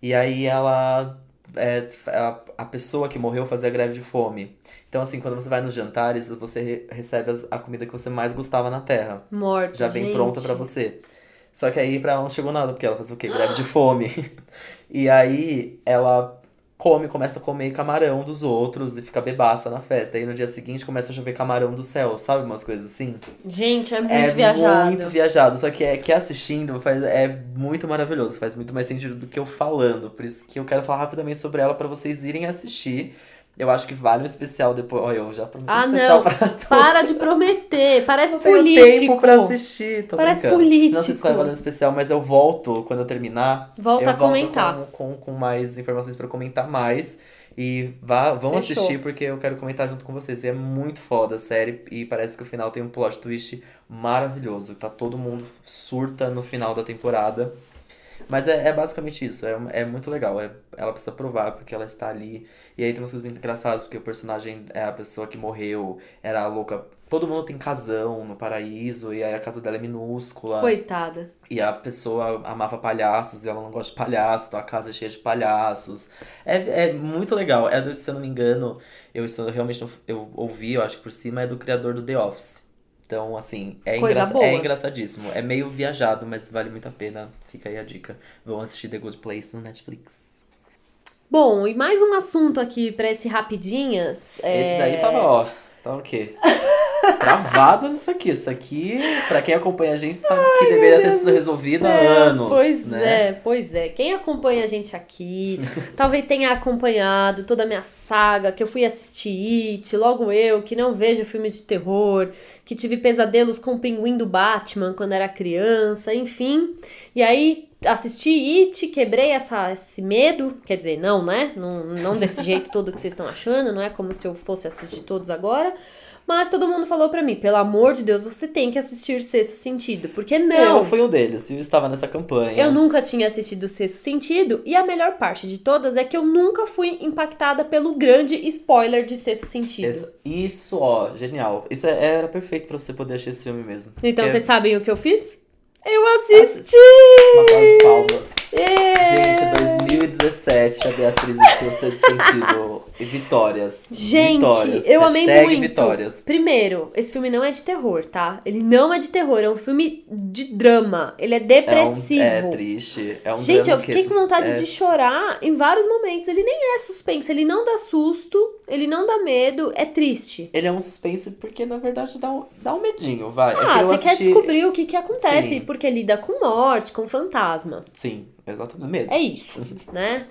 Speaker 1: e aí ela. é, a, a pessoa que morreu fazia greve de fome. Então, assim, quando você vai nos jantares, você re- recebe as- a comida que você mais gostava na Terra.
Speaker 2: Morte,
Speaker 1: Já vem
Speaker 2: gente.
Speaker 1: pronta pra você. <laughs> Só que aí pra ela não chegou nada, porque ela fez o quê? Greve de fome. E aí ela come, começa a comer camarão dos outros e fica bebaça na festa. Aí no dia seguinte começa a chover camarão do céu, sabe? Umas coisas assim.
Speaker 2: Gente, é muito
Speaker 1: é
Speaker 2: viajado.
Speaker 1: muito viajado. Só que é que assistindo faz, é muito maravilhoso, faz muito mais sentido do que eu falando. Por isso que eu quero falar rapidamente sobre ela pra vocês irem assistir. Eu acho que vale um especial depois. Olha, eu já prometi um
Speaker 2: Ah,
Speaker 1: especial
Speaker 2: não.
Speaker 1: pra <laughs> todos.
Speaker 2: Para de prometer, parece
Speaker 1: Não tenho
Speaker 2: político.
Speaker 1: tempo pra assistir, tô
Speaker 2: Parece
Speaker 1: brincando. Não sei se
Speaker 2: político.
Speaker 1: vai valer um especial, mas eu volto quando eu terminar.
Speaker 2: Volta
Speaker 1: eu
Speaker 2: a comentar.
Speaker 1: volto com, com, com mais informações pra comentar mais. E vá, vão
Speaker 2: Fechou.
Speaker 1: assistir, porque eu quero comentar junto com vocês. E é muito foda a série. E parece que o final tem um plot twist maravilhoso. Tá todo mundo surta no final da temporada. Mas é, é basicamente isso. É, um- é muito legal. É, ela precisa provar porque ela está ali. E aí tem umas coisas muito engraçadas, porque o personagem é a pessoa que morreu, era a louca. Todo mundo tem casão no paraíso, e aí a casa dela é minúscula.
Speaker 2: Coitada.
Speaker 1: E a pessoa amava palhaços e ela não gosta de palhaço, então a casa é cheia de palhaços. É, é muito legal. É, do- se eu não me engano, eu isso eu realmente não- eu ouvi, eu acho que por cima, é do criador do The Office. Então, assim, é,
Speaker 2: Coisa
Speaker 1: engraça-
Speaker 2: boa.
Speaker 1: é engraçadíssimo. É meio viajado, mas vale muito a pena. Fica aí a dica. Vão assistir The Good Place no Netflix.
Speaker 2: Bom, e mais um assunto aqui pra esse rapidinhas. é-
Speaker 1: Esse daí tava, ó. Tava o
Speaker 2: <laughs>
Speaker 1: quê? Travado nisso aqui. Isso aqui, pra quem acompanha a gente, sabe que deveria ter sido resolvido há anos.
Speaker 2: Pois
Speaker 1: né?
Speaker 2: é, pois é. Quem acompanha a
Speaker 1: <laughs>
Speaker 2: gente aqui, talvez tenha acompanhado toda a minha saga, que eu fui assistir It, logo eu, que não vejo filmes de terror, que tive pesadelos com o pinguim do Batman quando era criança, enfim. E aí assisti It, quebrei essa, esse medo, quer dizer, não, né? Não, não desse jeito todo que vocês estão achando, não é como se eu fosse assistir todos agora. Mas todo mundo falou pra mim, pelo amor de Deus, você tem que assistir Sexto Sentido, porque não?
Speaker 1: Eu fui um deles, eu estava nessa campanha.
Speaker 2: Eu nunca tinha assistido Sexto Sentido, e a melhor parte de todas é que eu nunca fui impactada pelo grande spoiler de Sexto Sentido.
Speaker 1: Essa- Isso, ó, genial. Isso é- era perfeito pra você poder assistir esse filme mesmo.
Speaker 2: Então,
Speaker 1: Porque-
Speaker 2: vocês sabem o que eu fiz? Eu assisti!
Speaker 1: Uma salva de palmas.
Speaker 2: Ê!
Speaker 1: Gente, 2017, a Beatriz assistiu Sexto Sentido. E vitórias.
Speaker 2: Gente,
Speaker 1: vitórias.
Speaker 2: eu amei
Speaker 1: Hashtag
Speaker 2: muito.
Speaker 1: vitórias.
Speaker 2: Primeiro, esse filme não é de terror, tá? Ele não é de terror, é um filme de drama. Ele é
Speaker 1: É, um-
Speaker 2: depressivo.
Speaker 1: é triste. É um
Speaker 2: Gente, eu
Speaker 1: drama que
Speaker 2: fiquei com
Speaker 1: sus-
Speaker 2: vontade
Speaker 1: é,
Speaker 2: de chorar em vários momentos. Ele nem é suspense, ele não dá susto, ele não dá medo, é triste.
Speaker 1: Ele é um suspense porque, na verdade, dá um, dá um medinho, vai. É
Speaker 2: Ah,
Speaker 1: que eu
Speaker 2: você quer
Speaker 1: assisti-
Speaker 2: descobrir o que, que acontece,
Speaker 1: Sim.
Speaker 2: porque lida com morte, com fantasma.
Speaker 1: Sim, exatamente. Medo.
Speaker 2: É
Speaker 1: <laughs>
Speaker 2: isso, né?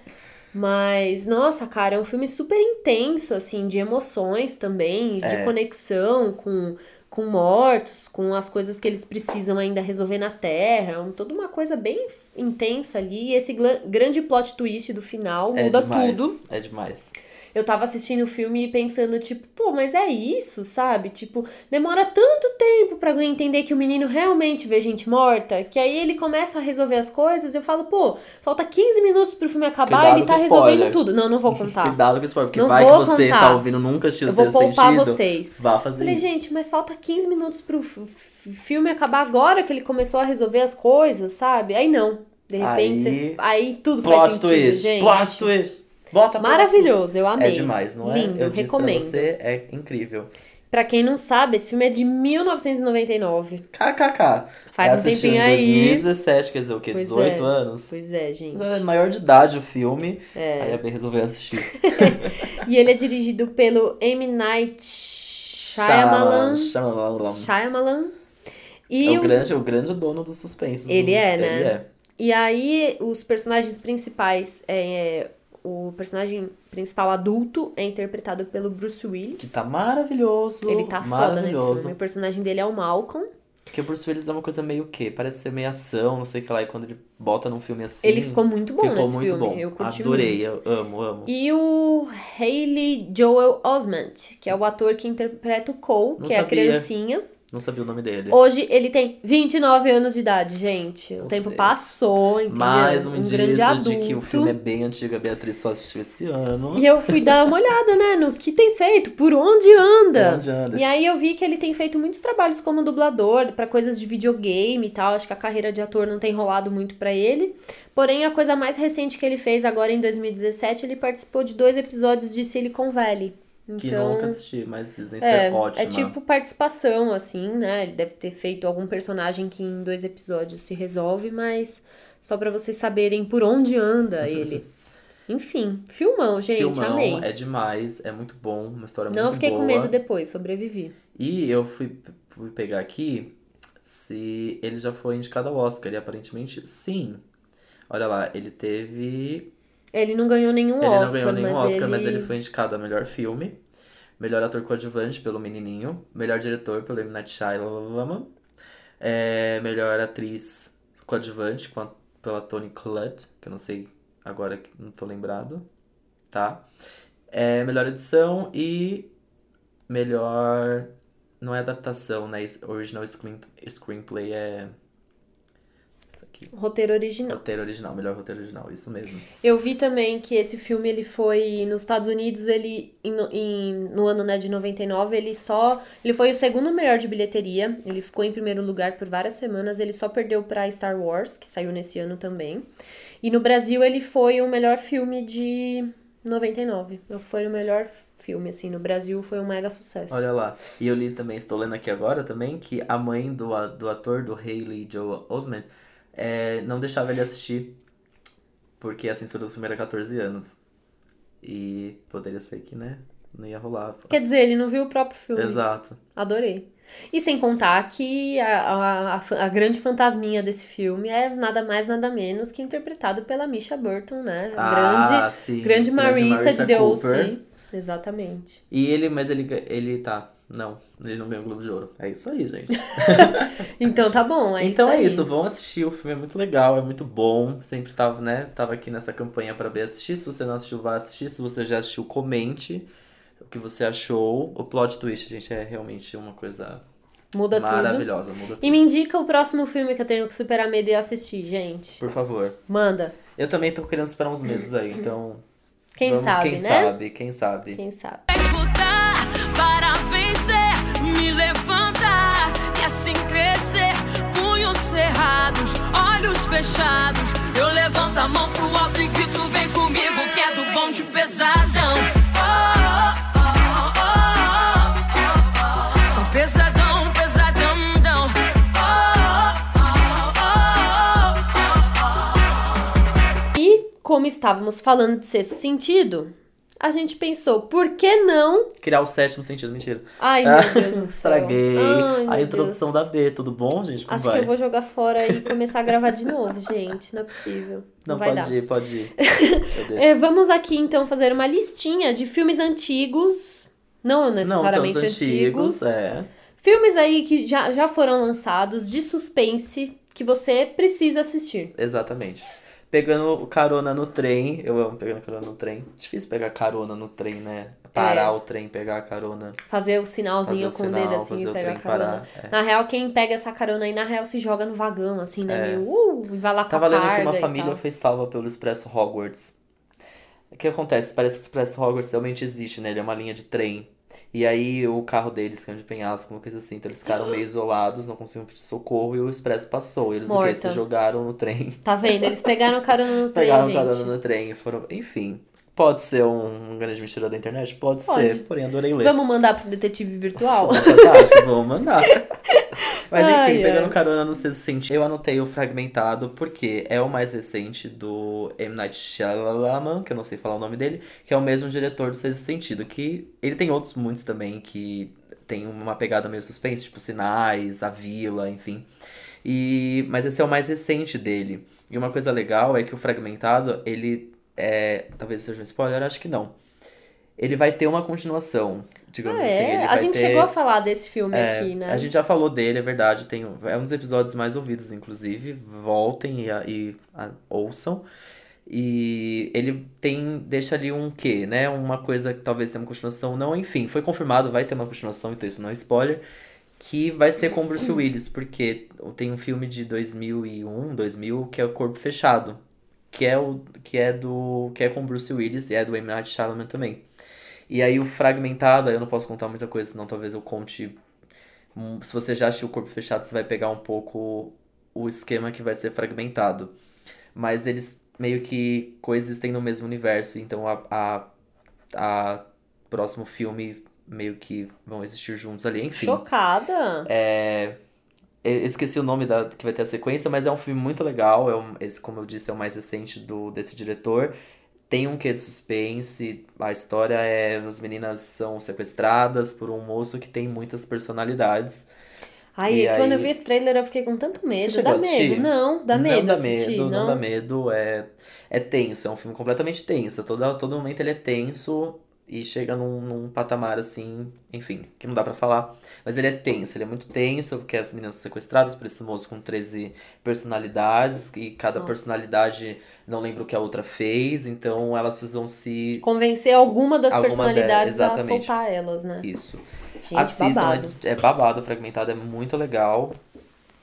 Speaker 2: Mas, nossa, cara, é um filme super intenso, assim, de emoções também, de
Speaker 1: É.
Speaker 2: conexão com, com mortos, com as coisas que eles precisam ainda resolver na Terra. É um- toda uma coisa bem intensa ali. E esse gla- grande plot twist do final
Speaker 1: É
Speaker 2: muda
Speaker 1: demais,
Speaker 2: tudo.
Speaker 1: É demais.
Speaker 2: Eu tava assistindo o filme e pensando, tipo, pô, mas é isso, sabe? Tipo, demora tanto tempo pra alguém entender que o menino realmente vê gente morta, que aí ele começa a resolver as coisas, eu falo, pô, falta 15 minutos pro filme acabar,
Speaker 1: Cuidado
Speaker 2: ele tá
Speaker 1: com
Speaker 2: resolvendo
Speaker 1: spoiler.
Speaker 2: tudo. Não,
Speaker 1: <laughs>
Speaker 2: não vou contar.
Speaker 1: Cuidado com isso, porque
Speaker 2: Ah, Não
Speaker 1: vai que
Speaker 2: vou
Speaker 1: você
Speaker 2: contar.
Speaker 1: tá ouvindo nunca assistiu
Speaker 2: eu vou
Speaker 1: Sexto
Speaker 2: poupar
Speaker 1: Sentido.
Speaker 2: vocês.
Speaker 1: Vá fazer
Speaker 2: Falei,
Speaker 1: isso.
Speaker 2: gente, mas falta 15 minutos pro f- f- filme acabar agora que ele começou a resolver as coisas, sabe? Aí não. De repente,
Speaker 1: Aí-
Speaker 2: você- aí tudo faz
Speaker 1: Plot
Speaker 2: sentido,
Speaker 1: twist,
Speaker 2: gente.
Speaker 1: plot twist. Bota plot
Speaker 2: Maravilhoso, eu
Speaker 1: twist.
Speaker 2: amei.
Speaker 1: É demais, não
Speaker 2: Lindo,
Speaker 1: é? Eu disse
Speaker 2: recomendo.
Speaker 1: pra você, é incrível.
Speaker 2: Pra quem não sabe, esse filme é de 1999.
Speaker 1: KKK.
Speaker 2: Faz um
Speaker 1: Assistiu
Speaker 2: tempinho
Speaker 1: em
Speaker 2: aí.
Speaker 1: 2017, quer dizer, o quê?
Speaker 2: Pois
Speaker 1: 18
Speaker 2: é.
Speaker 1: anos?
Speaker 2: Pois é, gente.
Speaker 1: É maior de idade o filme.
Speaker 2: É.
Speaker 1: Aí a bem resolveu assistir.
Speaker 2: E ele é dirigido pelo M. Night Shyamalan.
Speaker 1: Shyamalan.
Speaker 2: Shyamalan.
Speaker 1: É
Speaker 2: E,
Speaker 1: o
Speaker 2: os-
Speaker 1: grande, o grande dono dos suspensos.
Speaker 2: Ele
Speaker 1: do-
Speaker 2: é, né?
Speaker 1: Ele é.
Speaker 2: e aí, os personagens principais. É... O personagem principal adulto é interpretado pelo Bruce Willis.
Speaker 1: Que tá maravilhoso.
Speaker 2: Ele tá foda nesse
Speaker 1: maravilhoso.
Speaker 2: filme. O personagem dele é o Malcolm.
Speaker 1: Porque o Bruce Willis é uma coisa meio o quê? Parece ser meio ação, não sei o que lá. E quando ele bota num filme assim.
Speaker 2: ele ficou muito bom
Speaker 1: ficou
Speaker 2: nesse
Speaker 1: muito
Speaker 2: filme.
Speaker 1: bom.
Speaker 2: Eu curti muito.
Speaker 1: Adorei, eu amo, amo.
Speaker 2: E o Hayley Joel Osment, que é o ator que interpreta o Cole,
Speaker 1: Não
Speaker 2: que é a
Speaker 1: sabia.
Speaker 2: criancinha.
Speaker 1: Não sabia o nome dele.
Speaker 2: Hoje ele tem 29 anos de idade, gente. O
Speaker 1: Ou
Speaker 2: tempo
Speaker 1: seja,
Speaker 2: passou, entendeu?
Speaker 1: Mais um,
Speaker 2: um
Speaker 1: indício
Speaker 2: grande adulto.
Speaker 1: de que o filme é bem antigo, a Beatriz só assistiu esse ano.
Speaker 2: E eu fui dar uma olhada, né, no que tem feito, por onde anda.
Speaker 1: Onde anda?
Speaker 2: E aí eu vi que ele tem feito muitos trabalhos como dublador, pra coisas de videogame e tal. Acho que a carreira de ator não tem rolado muito pra ele. Porém, a coisa mais recente que ele fez agora em 2017, ele participou de dois episódios de Silicon Valley. Então,
Speaker 1: Que nunca assisti, mas dizem ser ótima.
Speaker 2: é tipo participação, assim, né? Ele deve ter feito algum personagem que em dois
Speaker 1: <laughs>
Speaker 2: episódios se resolve, mas só pra vocês saberem por onde anda ele. Enfim, filmão, gente,
Speaker 1: Filmão,
Speaker 2: amei.
Speaker 1: é demais, é muito bom, uma história
Speaker 2: Não
Speaker 1: muito
Speaker 2: fiquei
Speaker 1: boa.
Speaker 2: com medo depois, sobrevivi.
Speaker 1: E eu fui, fui pegar aqui se ele já foi indicado ao Oscar, e aparentemente sim. Olha lá, ele teve.
Speaker 2: Ele não ganhou nenhum
Speaker 1: ele
Speaker 2: Um Oscar,
Speaker 1: não ganhou nenhum
Speaker 2: mas
Speaker 1: Oscar,
Speaker 2: ele...
Speaker 1: mas ele foi indicado a melhor filme, melhor ator coadjuvante pelo Menininho, melhor diretor pelo M. Night Shyamalan, é, melhor atriz coadjuvante com a- pela Toni Collette, que eu não sei agora, que não tô lembrado, tá? É, melhor edição e melhor... Não é adaptação, né? Isso- Original screen, screenplay é... Isso aqui.
Speaker 2: Roteiro original.
Speaker 1: Roteiro original, melhor roteiro original, isso mesmo.
Speaker 2: Eu vi também que esse filme ele foi nos Estados Unidos, ele em no- em- no ano né, de 99, ele só ele foi o segundo melhor de bilheteria, ele ficou em primeiro lugar por várias semanas, ele só perdeu para Star Wars, que saiu nesse ano também. E no Brasil ele foi o melhor filme de 99. Foi o melhor filme assim, no Brasil foi um mega sucesso.
Speaker 1: Olha lá. E eu li também, estou lendo aqui agora também, que a mãe do, a- do ator do Hayley Joel Osment é, não deixava ele assistir, porque a censura do filme era 14 anos. E poderia ser que, né? Não ia rolar.
Speaker 2: Quer dizer, ele não viu o próprio filme.
Speaker 1: Exato.
Speaker 2: Adorei. E sem contar que a, a- a fa- a grande fantasminha desse filme é nada mais, nada menos que interpretado pela Misha Burton, né? A
Speaker 1: ah, sim.
Speaker 2: grande, grande Marissa de The
Speaker 1: Cooper.
Speaker 2: O.C. Exatamente.
Speaker 1: E ele, mas ele, ga- ele tá. Não, ele não ganhou o Globo de Ouro. É isso aí, gente.
Speaker 2: Então tá bom, é
Speaker 1: então
Speaker 2: isso
Speaker 1: é
Speaker 2: aí.
Speaker 1: isso, vão assistir, o filme é muito legal, é muito bom. Sempre tava, né? Tava aqui nessa campanha pra ver assistir. Se você não assistiu, vá assistir. Se você já assistiu, comente o que você achou. O plot twist, gente, é realmente uma coisa
Speaker 2: Muda tudo.
Speaker 1: maravilhosa. Muda tudo.
Speaker 2: E me indica o próximo filme que eu tenho que superar medo e assistir, gente.
Speaker 1: Por favor.
Speaker 2: Manda.
Speaker 1: Eu também tô querendo superar uns medos aí, então.
Speaker 2: Quem
Speaker 1: vamos-
Speaker 2: sabe,
Speaker 1: quem
Speaker 2: né?
Speaker 1: sabe, quem sabe.
Speaker 2: Quem sabe?
Speaker 4: lutar para vencer, me levantar e assim crescer. Punhos cerrados, olhos fechados. Eu levanto a mão pro alto e grito: vem comigo, que é do bom de pesadão. Oh, oh, oh, oh, oh. Sou pesadão, pesadão. dão. Oh, oh, oh, oh, oh.
Speaker 2: E como estávamos falando de sexto sentido, a gente pensou, por que não?
Speaker 1: Criar o sétimo sentido, mentira. <laughs>
Speaker 2: Ai, meu Deus do céu.
Speaker 1: Estraguei.
Speaker 2: Ai,
Speaker 1: a
Speaker 2: meu
Speaker 1: introdução
Speaker 2: Deus.
Speaker 1: da B, tudo bom, gente? Como
Speaker 2: Acho
Speaker 1: vai?
Speaker 2: que eu vou jogar fora e começar a gravar de novo, gente. Não é possível.
Speaker 1: Não,
Speaker 2: vai
Speaker 1: pode
Speaker 2: dar.
Speaker 1: ir, pode
Speaker 2: <laughs>
Speaker 1: ir. Eu deixo.
Speaker 2: É, vamos aqui então fazer uma listinha de filmes antigos. Não
Speaker 1: Não,
Speaker 2: necessariamente
Speaker 1: tantos antigos, é.
Speaker 2: Filmes aí que já, já foram lançados de suspense que você precisa assistir.
Speaker 1: Exatamente. Pegando carona no trem, eu amo pegando carona no trem. Difícil pegar carona no trem, né? Parar
Speaker 2: É.
Speaker 1: o trem, pegar a carona,
Speaker 2: Fazer o
Speaker 1: fazer
Speaker 2: sinalzinho
Speaker 1: o
Speaker 2: com
Speaker 1: sinal,
Speaker 2: o dedo assim
Speaker 1: fazer
Speaker 2: e
Speaker 1: o
Speaker 2: pegar
Speaker 1: trem
Speaker 2: a carona.
Speaker 1: parar. É.
Speaker 2: Na real, quem pega essa carona aí, na real, se joga no vagão, assim, né?
Speaker 1: É.
Speaker 2: Meio, uh, e vai lá com
Speaker 1: Tava
Speaker 2: a
Speaker 1: lendo
Speaker 2: carga
Speaker 1: que uma
Speaker 2: e
Speaker 1: família
Speaker 2: tal.
Speaker 1: foi salva pelo Expresso Hogwarts. O que acontece? Parece que o Expresso Hogwarts realmente existe, né? Ele é uma linha de trem. E aí o carro deles caiu de penhasco, uma coisa assim. Então eles
Speaker 2: <gasps>
Speaker 1: ficaram meio isolados, não conseguiam pedir socorro e o Expresso passou. E eles o quê?
Speaker 2: Morta.
Speaker 1: Se jogaram no trem.
Speaker 2: Tá vendo? Eles pegaram
Speaker 1: <laughs>
Speaker 2: carona no trem,
Speaker 1: Pegaram
Speaker 2: gente.
Speaker 1: carona no trem e foram. Enfim. Pode ser um grande mentira da internet? Pode,
Speaker 2: Pode.
Speaker 1: ser, porém adorei ler.
Speaker 2: Vamos mandar pro detetive virtual?
Speaker 1: Bom, Fantástico, vou
Speaker 2: <laughs>
Speaker 1: mandar. Mas enfim,
Speaker 2: Ai,
Speaker 1: pegando
Speaker 2: ai.
Speaker 1: carona no sexto sentido, eu anotei o fragmentado porque é o mais recente do M. Night Shyamalan, que eu não sei falar o nome dele, que é o mesmo diretor do sexto sentido, que ele tem outros muitos também que tem uma pegada meio suspense, tipo Sinais, A Vila, enfim. E, mas esse é o mais recente dele. E uma coisa legal é que o fragmentado, ele é, talvez seja um spoiler, acho que não. Ele vai ter uma continuação, digamos
Speaker 2: Ah,
Speaker 1: assim.
Speaker 2: é?
Speaker 1: Ele
Speaker 2: a
Speaker 1: vai
Speaker 2: gente
Speaker 1: ter...
Speaker 2: chegou a falar desse filme
Speaker 1: É,
Speaker 2: aqui, né?
Speaker 1: A gente já falou dele, é verdade. Tem, é um dos episódios mais ouvidos, inclusive. Voltem e, a- e a- ouçam. E ele tem. Deixa ali um quê, né? Uma coisa que talvez tenha uma continuação, não, enfim, foi confirmado, vai ter uma continuação, então isso não é spoiler. Que vai ser com Bruce Willis, porque tem um filme de 2001, 2000, que é o Corpo Fechado. Que é, o, que é do. Que é com Bruce Willis e é do M. Night Shyamalan também. E aí o fragmentado, aí eu não posso contar muita coisa, senão talvez eu conte. hum, Se você já assistiu o corpo fechado, você vai pegar um pouco o esquema que vai ser fragmentado. Mas eles meio que coexistem no mesmo universo, então a, a, a próximo filme meio que vão existir juntos ali, enfim.
Speaker 2: Chocada.
Speaker 1: É, eu esqueci o nome da que vai ter a sequência, mas é um filme muito legal. É um- esse, como eu disse, é o mais recente do, desse diretor. tem um quê de suspense. A história é: as meninas são sequestradas por um moço que tem muitas personalidades.
Speaker 2: Aí,
Speaker 1: E
Speaker 2: quando eu
Speaker 1: aí-
Speaker 2: vi esse trailer, eu fiquei com tanto medo.
Speaker 1: chegou
Speaker 2: Dá
Speaker 1: a assistir?
Speaker 2: medo. Não, dá
Speaker 1: não
Speaker 2: medo
Speaker 1: dá
Speaker 2: assistir.
Speaker 1: medo,
Speaker 2: não.
Speaker 1: dá medo, é, é tenso, é um filme completamente tenso. Todo, todo momento ele é tenso e chega num, num patamar assim, enfim, que não dá pra falar. Mas ele é tenso, ele é muito tenso, porque as meninas são sequestradas por esse moço com 13 personalidades, e cada
Speaker 2: Nossa.
Speaker 1: personalidade não lembra o que a outra fez, então elas precisam se.
Speaker 2: Convencer alguma das
Speaker 1: Alguma
Speaker 2: personalidades
Speaker 1: delas,
Speaker 2: a
Speaker 1: exatamente.
Speaker 2: soltar elas, né?
Speaker 1: Isso.
Speaker 2: Gente,
Speaker 1: Assistam,
Speaker 2: babado. <laughs>
Speaker 1: É, é babado, fragmentado, é muito legal.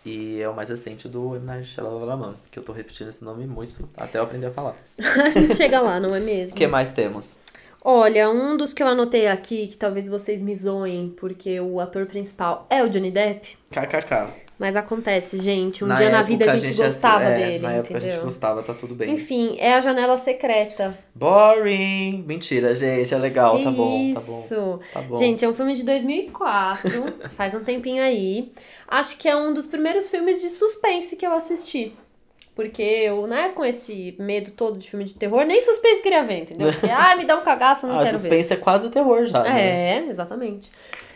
Speaker 1: E é o mais recente do M. Night Shyamalan, que eu tô repetindo esse nome muito até eu aprender a falar.
Speaker 2: a gente chega lá, não é
Speaker 1: O
Speaker 2: mesmo?
Speaker 1: que mais temos?
Speaker 2: Olha, um dos que eu anotei aqui, que talvez vocês me zoem, porque o ator principal é o Johnny Depp.
Speaker 1: KKK.
Speaker 2: Mas acontece, gente. Um dia na vida a gente, gostava
Speaker 1: é,
Speaker 2: dele,
Speaker 1: Na época
Speaker 2: entendeu?
Speaker 1: a gente gostava, tá tudo bem.
Speaker 2: Enfim, é a janela secreta.
Speaker 1: Boring! Mentira, gente, é legal,
Speaker 2: que
Speaker 1: tá bom,
Speaker 2: isso.
Speaker 1: tá bom. Tá bom.
Speaker 2: Gente, é um filme de 2004,
Speaker 1: <laughs>
Speaker 2: faz um tempinho aí. Acho que é um dos primeiros filmes de suspense que eu assisti. Porque eu, né, com esse medo todo de filme de terror, nem suspense queria ver,
Speaker 1: <laughs>
Speaker 2: entendeu? Porque, ah, me dá um cagaço, não
Speaker 1: ah,
Speaker 2: quero ver.
Speaker 1: suspense é quase terror já, né?
Speaker 2: É, exatamente.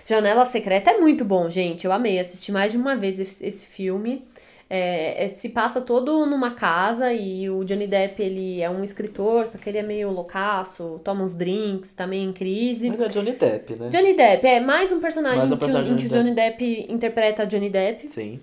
Speaker 2: Janela Secreta é muito bom, gente. Eu amei. Assisti mais de uma vez esse, esse filme. É, é, se passa todo numa casa e o Johnny Depp, ele é um escritor, só que ele é meio loucaço, toma uns drinks, tá meio em crise.
Speaker 1: Mas é Johnny Depp, né?
Speaker 2: Johnny Depp, é mais um personagem,
Speaker 1: Mais um
Speaker 2: que o-
Speaker 1: personagem
Speaker 2: em que o
Speaker 1: Johnny
Speaker 2: Johnny Depp interpreta Johnny Depp.
Speaker 1: Sim.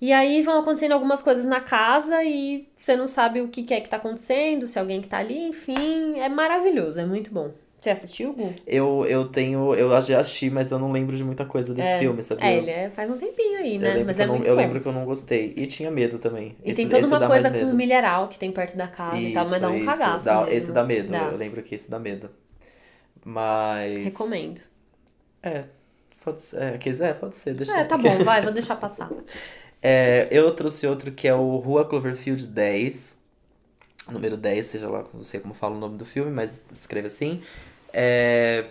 Speaker 2: E aí vão acontecendo algumas coisas na casa e você não sabe o que, que é que tá acontecendo, se alguém que tá ali, enfim. É maravilhoso, é muito bom. Você assistiu, Gu?
Speaker 1: Eu, eu tenho. Eu já assisti, mas eu não lembro de muita coisa desse filme, sabia?
Speaker 2: É, ele é, faz um tempinho aí,
Speaker 1: Eu
Speaker 2: né?
Speaker 1: lembro
Speaker 2: Mas
Speaker 1: que
Speaker 2: é
Speaker 1: eu não-
Speaker 2: muito
Speaker 1: eu
Speaker 2: bom.
Speaker 1: lembro que eu não gostei. E tinha medo também.
Speaker 2: E
Speaker 1: esse,
Speaker 2: tem toda
Speaker 1: esse
Speaker 2: uma
Speaker 1: dá
Speaker 2: coisa
Speaker 1: mais
Speaker 2: com o
Speaker 1: medo.
Speaker 2: milharal que tem perto da casa e tal, mas dá um
Speaker 1: isso,
Speaker 2: cagaço
Speaker 1: dá-
Speaker 2: mesmo.
Speaker 1: Esse dá medo,
Speaker 2: Dá.
Speaker 1: eu lembro que esse dá medo. Mas.
Speaker 2: Recomendo.
Speaker 1: É, pode ser. É, quiser, pode ser, deixa
Speaker 2: É, tá
Speaker 1: porque-
Speaker 2: bom, vai, vou deixar passar.
Speaker 1: <laughs> É, eu trouxe outro que é o Rua Cloverfield 10, número 10, seja lá, não sei como fala o nome do filme, mas escreva assim. É,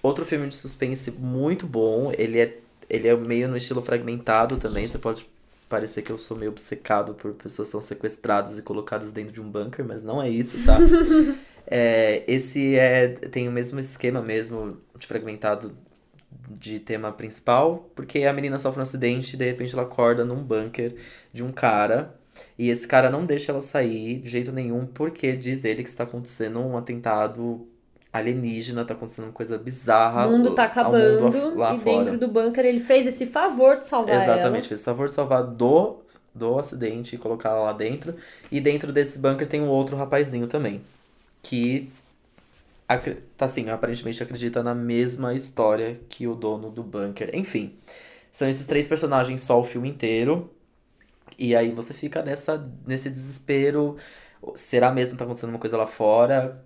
Speaker 1: outro filme de suspense muito bom, ele é, ele é meio no estilo fragmentado também, você pode parecer que eu sou meio obcecado por pessoas que são sequestradas e colocadas dentro de um bunker, mas não é isso,
Speaker 2: <laughs>
Speaker 1: tá? É, esse é, tem o mesmo esquema mesmo, de fragmentado de tema principal, porque a menina sofre um acidente e de repente ela acorda num bunker de um cara. E esse cara não deixa ela sair de jeito nenhum, porque diz ele que está acontecendo um atentado alienígena, está acontecendo uma coisa bizarra.
Speaker 2: o mundo tá
Speaker 1: ao Ah, mundo
Speaker 2: acabando
Speaker 1: af- lá
Speaker 2: e
Speaker 1: fora.
Speaker 2: dentro do bunker ele fez esse favor de salvar
Speaker 1: Exatamente, fez favor de salvar do, do acidente e colocar ela lá dentro. E dentro desse bunker tem um outro rapazinho também. Que acre- tá assim, aparentemente acredita na mesma história que o dono do bunker. Enfim, são esses três personagens só o filme inteiro. E aí você fica nessa, nesse desespero. Será mesmo que tá acontecendo uma coisa lá fora?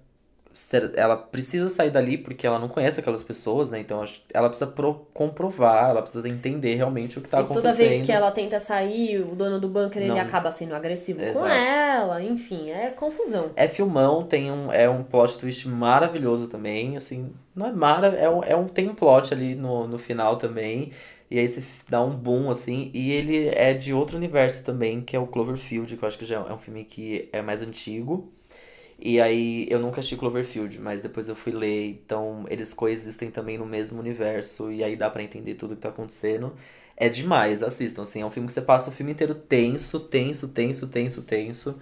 Speaker 1: ser- ela precisa sair dali porque ela não conhece aquelas pessoas, né? Então acho- ela precisa pro- comprovar, ela precisa entender realmente o que tá
Speaker 2: ela. e toda
Speaker 1: acontecendo.
Speaker 2: vez que ela tenta sair, o dono do bunker ele
Speaker 1: Não.
Speaker 2: acaba sendo agressivo com
Speaker 1: Exato.
Speaker 2: ela, enfim, é confusão.
Speaker 1: É filmão, tem um, é um plot twist maravilhoso também, assim, não é mara, é um, é um, tem um plot ali no, no final também, e aí você f- dá um boom, assim, e ele é de outro universo também, que é o Cloverfield, que eu acho que já é um filme que é mais antigo, e aí eu nunca assisti Cloverfield, mas depois eu fui ler, então eles coexistem também no mesmo universo, e aí dá pra entender tudo que tá acontecendo. É demais, assistam, assim, é um filme que você passa o filme inteiro tenso, tenso, tenso, tenso, tenso,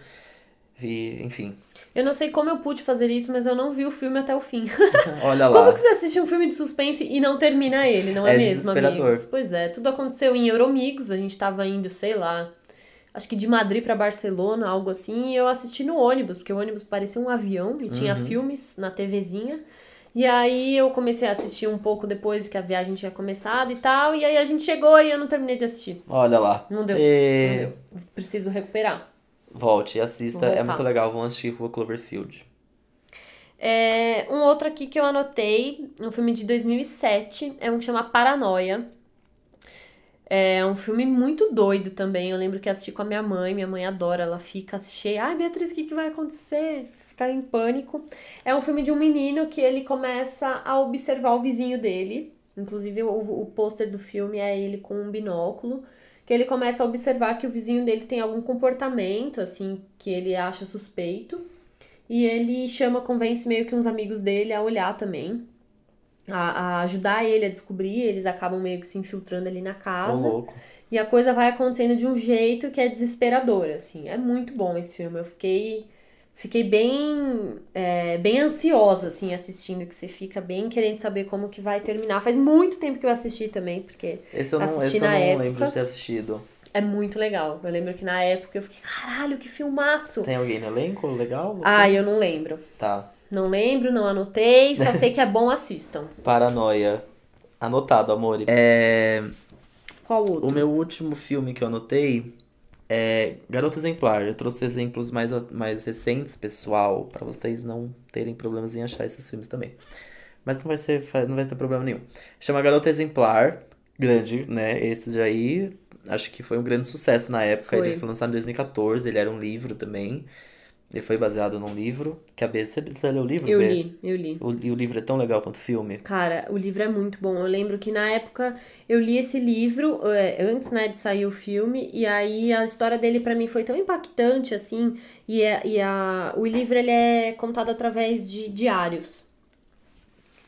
Speaker 1: e enfim...
Speaker 2: Eu não sei como eu pude fazer isso, mas eu não vi o filme até o fim.
Speaker 1: Olha lá.
Speaker 2: Como que você assiste um filme de suspense e não termina ele, não é,
Speaker 1: É
Speaker 2: mesmo,
Speaker 1: desesperador.
Speaker 2: amigos? Pois é, tudo aconteceu em Euromigos, a gente tava indo, sei lá, acho que de Madrid pra Barcelona, algo assim, e eu assisti no ônibus, porque o ônibus parecia um avião e
Speaker 1: Uhum.
Speaker 2: tinha filmes na TVzinha. E aí eu comecei a assistir um pouco depois que a viagem tinha começado e tal, e aí a gente chegou e eu não terminei de assistir.
Speaker 1: Olha lá.
Speaker 2: Não deu.
Speaker 1: E-
Speaker 2: Não deu. Preciso recuperar.
Speaker 1: Volte e assista.
Speaker 2: Vou
Speaker 1: É
Speaker 2: voltar.
Speaker 1: muito legal. Vão assistir Rua Cloverfield.
Speaker 2: É, um outro aqui que eu anotei, um filme de 2007, é um que chama Paranoia. É um filme muito doido também. Eu lembro que eu assisti com a minha mãe, minha mãe adora, ela fica cheia. Ai, Beatriz, o que, que vai acontecer? Fica em pânico. É um filme de um menino que ele começa a observar o vizinho dele. Inclusive, o, o pôster do filme é ele com um binóculo. Que ele começa a observar que o vizinho dele tem algum comportamento, assim, que ele acha suspeito. E ele chama, convence meio que uns amigos dele a olhar também, a, a ajudar ele a descobrir. Eles acabam meio que se infiltrando ali na
Speaker 1: Ô,
Speaker 2: casa.
Speaker 1: louco.
Speaker 2: E a coisa vai acontecendo de um jeito que é desesperador, assim. É muito bom esse filme. Eu fiquei, fiquei bem, é, bem ansiosa, assim, assistindo, que você fica bem querendo saber como que vai terminar. Faz muito tempo que eu assisti também, porque
Speaker 1: Esse eu não, esse
Speaker 2: Assisti
Speaker 1: eu
Speaker 2: na
Speaker 1: não
Speaker 2: época.
Speaker 1: lembro de ter assistido.
Speaker 2: é muito legal. Eu lembro que na época eu fiquei, caralho, que filmaço!
Speaker 1: Tem alguém no elenco legal?
Speaker 2: Ai, eu não lembro.
Speaker 1: Tá.
Speaker 2: Não lembro, não anotei, só sei que é bom, assistam.
Speaker 1: Paranoia. Anotado, amor. É...
Speaker 2: Qual outro?
Speaker 1: O meu último filme que eu anotei é Garota Exemplar. Eu trouxe exemplos mais, a- mais recentes, pessoal, pra vocês não terem problemas em achar esses filmes também. Mas não vai, ser, fa- não vai ter problema nenhum. Chama Garota Exemplar, grande, né? Esse daí, acho que foi um grande sucesso na época.
Speaker 2: Foi.
Speaker 1: Ele foi lançado em 2014, ele era um livro também. Ele foi baseado num livro. Que a B, você, você leu o livro,
Speaker 2: Eu
Speaker 1: Bê?
Speaker 2: li, eu li.
Speaker 1: O, e o livro é tão legal quanto o filme.
Speaker 2: Cara, o livro é muito bom. Eu lembro que na época eu li esse livro é, antes, né, de sair o filme, e aí a história dele pra mim foi tão impactante assim, e, é- e a, o livro ele é contado através de diários.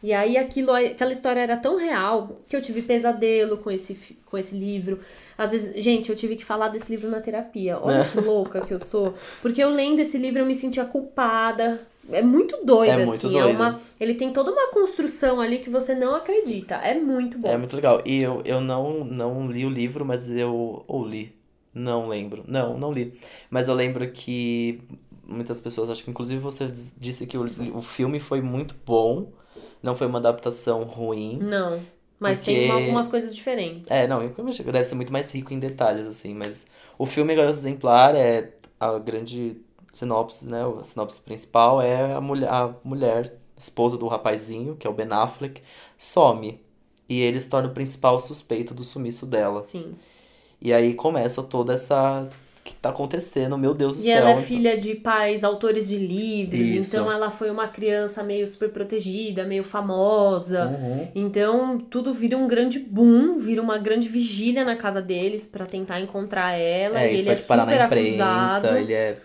Speaker 2: E aí aquilo, aquela história era tão real que eu tive pesadelo com esse, fi- com esse livro. Às vezes, gente, eu tive que falar desse livro na terapia.
Speaker 1: É.
Speaker 2: Olha que louca que eu sou. Porque eu lendo esse livro eu me sentia culpada. É muito doido,
Speaker 1: É muito
Speaker 2: assim. É
Speaker 1: doido.
Speaker 2: uma, ele tem toda uma construção ali que você não acredita. É muito bom.
Speaker 1: É muito legal. E eu, eu não, não li o livro, mas eu. Ou li. Não lembro. Não, não li. Mas eu lembro que muitas pessoas, acho que inclusive você dis- disse que o, o filme foi muito bom. Não foi uma adaptação ruim.
Speaker 2: Não. Mas tem
Speaker 1: Porque-
Speaker 2: uma- algumas coisas diferentes.
Speaker 1: É, não, eu acho que deve ser muito mais rico em detalhes, assim, mas o filme Garota Exemplar é a grande sinopse, né? A sinopse principal é a mulher, a mulher, esposa do rapazinho, que é o Ben Affleck, some. E ele se torna o principal suspeito do sumiço dela.
Speaker 2: Sim.
Speaker 1: E aí começa toda essa. O que tá acontecendo? Meu Deus do
Speaker 2: E
Speaker 1: céu.
Speaker 2: ela é
Speaker 1: isso-
Speaker 2: filha de pais autores de livros,
Speaker 1: Isso.
Speaker 2: então ela foi uma criança meio super protegida, meio famosa.
Speaker 1: Uhum.
Speaker 2: Então, tudo vira um grande boom, vira uma grande vigília na casa deles pra tentar encontrar ela.
Speaker 1: É,
Speaker 2: e
Speaker 1: isso
Speaker 2: ele
Speaker 1: vai
Speaker 2: é
Speaker 1: te parar na
Speaker 2: super
Speaker 1: imprensa,
Speaker 2: acusado.
Speaker 1: ele é.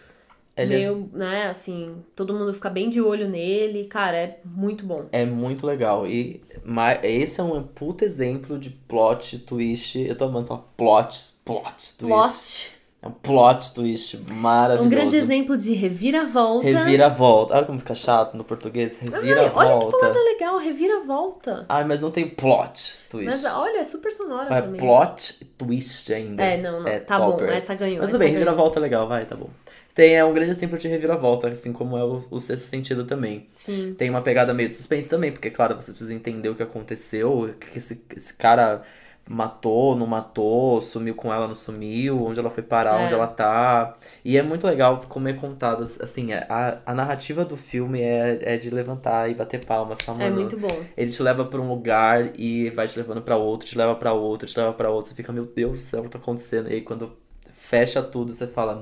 Speaker 1: Ele é
Speaker 2: meio, né, assim, todo mundo fica bem de olho nele. Cara, é muito bom.
Speaker 1: É muito legal. E ma- esse é um puta exemplo de plot twist. Eu tô amando falar plot, plot twist.
Speaker 2: Plot.
Speaker 1: É um plot twist
Speaker 2: É
Speaker 1: maravilhoso.
Speaker 2: um grande exemplo de reviravolta.
Speaker 1: Reviravolta. Olha como fica chato no português.
Speaker 2: Ai, olha que
Speaker 1: Reviravolta.
Speaker 2: palavra legal, reviravolta.
Speaker 1: Ai, mas não tem plot twist.
Speaker 2: Mas olha, é super sonora
Speaker 1: é
Speaker 2: também.
Speaker 1: plot twist ainda.
Speaker 2: É, não, não.
Speaker 1: É
Speaker 2: tá
Speaker 1: topper.
Speaker 2: bom, essa ganhou.
Speaker 1: Mas
Speaker 2: essa
Speaker 1: tudo bem,
Speaker 2: ganhou.
Speaker 1: reviravolta é legal, vai, tá bom. Tem é um grande exemplo de reviravolta, assim como é o, o sexto sentido também.
Speaker 2: Sim.
Speaker 1: Tem uma pegada meio de suspense também, porque, claro, você precisa entender o que aconteceu, o que esse, esse cara matou, não matou, sumiu com ela, não sumiu, onde ela foi parar,
Speaker 2: É.
Speaker 1: onde ela tá. E é muito legal como é contado, assim, a, a narrativa do filme é, é de levantar e bater palmas, falar,
Speaker 2: É
Speaker 1: mano,
Speaker 2: muito bom.
Speaker 1: ele te leva pra um lugar e vai te levando pra outro, te leva pra outro, te leva pra outro. Você fica, meu Deus do céu, o que tá acontecendo? E aí quando fecha tudo, você fala,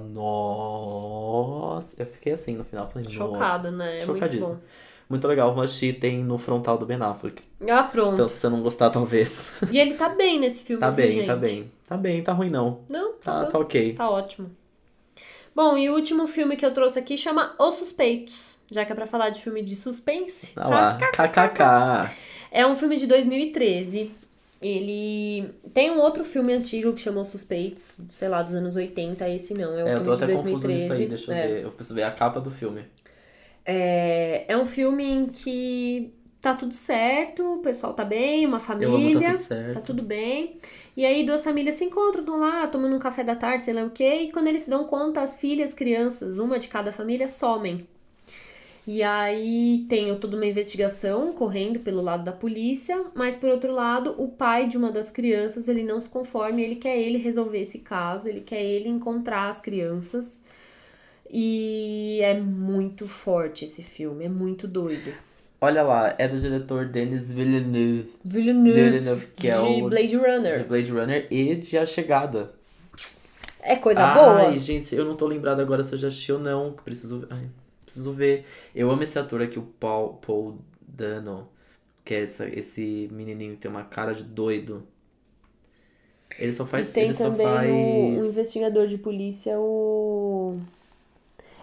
Speaker 1: nossa. Eu fiquei assim no final, falei, nossa.
Speaker 2: Chocado, né? É muito
Speaker 1: Chocadíssimo.
Speaker 2: bom.
Speaker 1: Muito legal, o Manchi tem no frontal do Ben Affleck.
Speaker 2: Ah, pronto.
Speaker 1: Então, se você não gostar, talvez.
Speaker 2: E ele tá bem nesse filme,
Speaker 1: Então. tá
Speaker 2: viu,
Speaker 1: bem,
Speaker 2: gente?
Speaker 1: tá bem. Tá bem, tá ruim não.
Speaker 2: Não, tá
Speaker 1: Tá,
Speaker 2: bom.
Speaker 1: tá ok.
Speaker 2: Tá ótimo. Bom, e o último filme que eu trouxe aqui chama Os Suspeitos. Já que é pra falar de filme de suspense.
Speaker 1: Tá lá. KKK.
Speaker 2: É um filme de 2013. Ele tem um outro filme antigo que chamou Suspeitos, sei lá, dos anos 80, esse não, é um
Speaker 1: É, eu
Speaker 2: filme
Speaker 1: tô até
Speaker 2: de
Speaker 1: confuso
Speaker 2: 2013.
Speaker 1: nisso aí, deixa eu
Speaker 2: é.
Speaker 1: ver. Eu preciso ver a capa do filme.
Speaker 2: É, é um filme em que tá tudo certo, o pessoal tá
Speaker 1: Eu
Speaker 2: bem, uma
Speaker 1: amo, tá
Speaker 2: família.
Speaker 1: tudo certo.
Speaker 2: Tá tudo bem. E aí duas famílias se encontram, estão lá tomando um café da tarde, sei lá o quê. E quando eles se dão conta, as filhas, crianças, uma de cada família, somem. E aí tem toda uma investigação correndo pelo lado da polícia, mas por outro lado, o pai de uma das crianças, ele não se conforme, ele quer ele resolver esse caso, ele quer ele encontrar as crianças. E é muito forte esse filme, é muito doido.
Speaker 1: Olha lá, é do diretor Denis Villeneuve.
Speaker 2: Villeneuve,
Speaker 1: Villeneuve, que é
Speaker 2: de
Speaker 1: o-
Speaker 2: Blade Runner.
Speaker 1: De Blade Runner e de A Chegada.
Speaker 2: É coisa
Speaker 1: Ai,
Speaker 2: boa.
Speaker 1: gente, eu não tô lembrado agora se eu já assisti ou não. Preciso, ai, preciso ver. Eu amo esse ator aqui, o Paul, Paul Dano. Que é essa- esse menininho que tem uma cara de doido. Ele só faz...
Speaker 2: e tem um-
Speaker 1: ele só
Speaker 2: também
Speaker 1: faz...
Speaker 2: o, o investigador de polícia, o.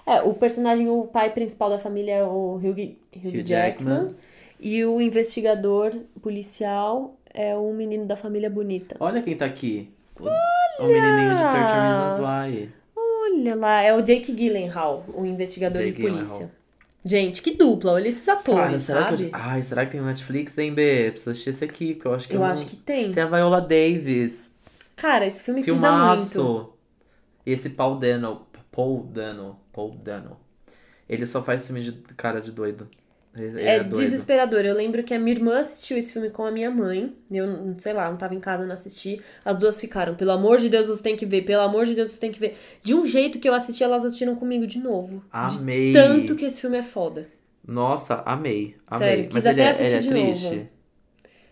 Speaker 2: É, o personagem, o pai principal da família é o Hugh, Hugh,
Speaker 1: Hugh
Speaker 2: Jackman.
Speaker 1: Jackman.
Speaker 2: E o investigador policial é o menino da família bonita.
Speaker 1: Olha quem tá aqui. O, o menininho de 30 Reasons Why.
Speaker 2: Olha lá, é o Jake Gyllenhaal, o investigador
Speaker 1: Jake
Speaker 2: de polícia.
Speaker 1: Gyllenhaal.
Speaker 2: Gente, que dupla, olha esses atores,
Speaker 1: Cara, será
Speaker 2: sabe?
Speaker 1: que eu... Ai, será que tem no Netflix, hein, B? Preciso assistir esse aqui, porque eu acho que
Speaker 2: Eu
Speaker 1: não-
Speaker 2: acho que tem.
Speaker 1: Tem a Viola Davis.
Speaker 2: Cara, esse filme pisa muito.
Speaker 1: Filmaço. E esse Paul Dano. Paul Dano. Paul Dano. Ele só faz filme de cara de doido. Ele, ele
Speaker 2: É,
Speaker 1: é doido.
Speaker 2: desesperador. Eu lembro que a minha irmã assistiu esse filme com a minha mãe. Eu, não sei lá, não tava em casa, não assisti. As duas ficaram, pelo amor de Deus, você tem que ver. Pelo amor de Deus, você tem que ver. De um jeito que eu assisti, elas assistiram comigo de novo. De
Speaker 1: Amei.
Speaker 2: tanto que esse filme é foda.
Speaker 1: Nossa, amei. Amei.
Speaker 2: Sério,
Speaker 1: Mas
Speaker 2: quis
Speaker 1: ele
Speaker 2: até
Speaker 1: é,
Speaker 2: assistir
Speaker 1: ele é
Speaker 2: de
Speaker 1: triste.
Speaker 2: novo.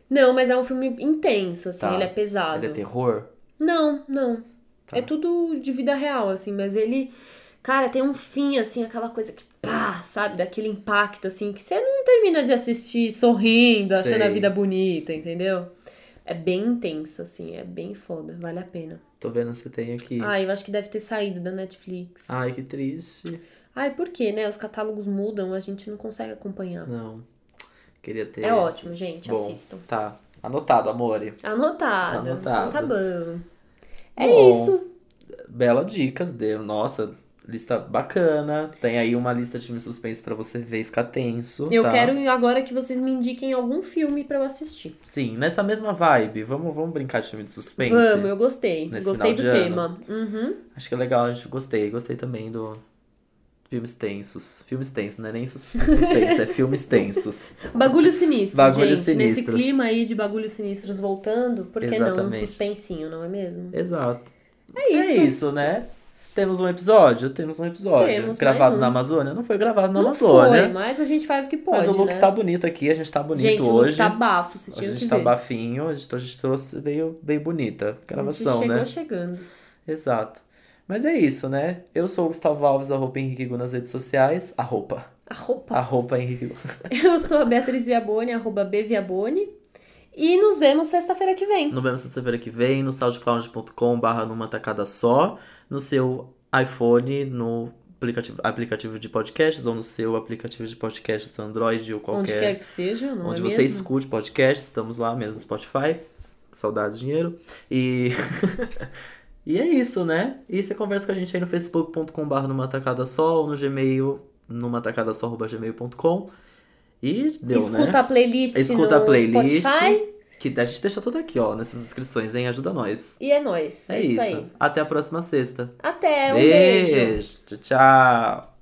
Speaker 2: Não, mas é um filme intenso, assim.
Speaker 1: Tá.
Speaker 2: Ele é pesado.
Speaker 1: Ele é terror.
Speaker 2: Não, não.
Speaker 1: Tá.
Speaker 2: É tudo de vida real, assim, mas ele, cara, tem um fim, assim, aquela coisa que pá, sabe? Daquele impacto, assim, que você não termina de assistir sorrindo, achando a
Speaker 1: Sei.
Speaker 2: vida bonita, entendeu? É bem intenso, assim, é bem foda, vale a pena.
Speaker 1: Tô vendo se tem aqui. Ai,
Speaker 2: Ai, eu acho que deve ter saído da Netflix. Ai,
Speaker 1: que triste.
Speaker 2: por quê, né? Os catálogos mudam, a gente não consegue acompanhar.
Speaker 1: Não. Queria ter.
Speaker 2: É ótimo, gente,
Speaker 1: Bom,
Speaker 2: assistam.
Speaker 1: tá. Anotado, amore.
Speaker 2: Anotado.
Speaker 1: Anotado.
Speaker 2: Então Tá bom. É
Speaker 1: Bom.
Speaker 2: isso.
Speaker 1: Bela dicas, deu. Nossa, lista bacana. Tem aí uma lista de filmes suspense pra você ver e ficar tenso.
Speaker 2: Eu
Speaker 1: tá?
Speaker 2: quero agora que vocês me indiquem algum filme pra eu assistir.
Speaker 1: Sim, nessa mesma vibe. Vamos, vamos brincar de filme de suspense.
Speaker 2: Vamos, eu gostei.
Speaker 1: Nesse
Speaker 2: gostei do
Speaker 1: final de
Speaker 2: tema. Uhum.
Speaker 1: Acho que é legal, acho que gostei. Gostei também do. Filmes tensos. Filmes tensos, não é nem sus- <laughs> suspense, é filmes tensos.
Speaker 2: Bagulho sinistro,
Speaker 1: Bagulho
Speaker 2: gente. Nesse
Speaker 1: sinistro.
Speaker 2: clima aí de bagulhos sinistros voltando, por que não? Um
Speaker 1: Exatamente.
Speaker 2: suspensinho, não é mesmo?
Speaker 1: Exato.
Speaker 2: É isso.
Speaker 1: É isso, né? Temos um episódio? Temos um episódio.
Speaker 2: Temos mais
Speaker 1: gravado
Speaker 2: um.
Speaker 1: na Amazônia? Não foi gravado na
Speaker 2: não
Speaker 1: Amazônia.
Speaker 2: foi, mas a gente faz o que pode,
Speaker 1: Mas o look
Speaker 2: né?
Speaker 1: tá bonito aqui, a gente tá bonito
Speaker 2: gente, o
Speaker 1: hoje.
Speaker 2: look tá bafo, vocês
Speaker 1: Hoje a
Speaker 2: tinham que
Speaker 1: gente tá
Speaker 2: ver.
Speaker 1: bafinho, a gente, a gente trouxe, veio bem bonita.
Speaker 2: a
Speaker 1: Gravação,
Speaker 2: gente chegou
Speaker 1: né?
Speaker 2: chegando.
Speaker 1: Exato. Mas é isso, né? Eu sou o Gustavo Alves, arroba Henrique Gu nas redes sociais. A roupa.
Speaker 2: A roupa.
Speaker 1: A roupa Henrique Gu.
Speaker 2: <laughs> Eu sou a Beatriz Viaboni, arroba bviaboni. E nos vemos sexta-feira que vem.
Speaker 1: <laughs> No mesmo sexta-feira que vem, no soundcloud.com barra numa tacada só, no seu iPhone, no aplicativo, aplicativo de podcasts, ou no seu aplicativo de podcasts Android ou
Speaker 2: Onde
Speaker 1: qualquer.
Speaker 2: quer que seja, não
Speaker 1: onde
Speaker 2: é
Speaker 1: você
Speaker 2: mesmo?
Speaker 1: escute podcast, estamos lá mesmo no Spotify. Saudades, dinheiro. E. <laughs> e é isso, né? E você conversa com a gente aí no facebook.com.br numa tacada só ou no Gmail, numa tacada só, arroba gmail.com. E deu,
Speaker 2: Escuta
Speaker 1: né?
Speaker 2: a playlist
Speaker 1: Escuta
Speaker 2: no
Speaker 1: a playlist.
Speaker 2: Spotify
Speaker 1: Que a gente deixa tudo aqui, ó, nessas inscrições, hein? Ajuda nós.
Speaker 2: e é nóis.
Speaker 1: É,
Speaker 2: É, isso aí.
Speaker 1: Até a próxima sexta.
Speaker 2: Até, um beijo.
Speaker 1: Beijo. Tchau, tchau.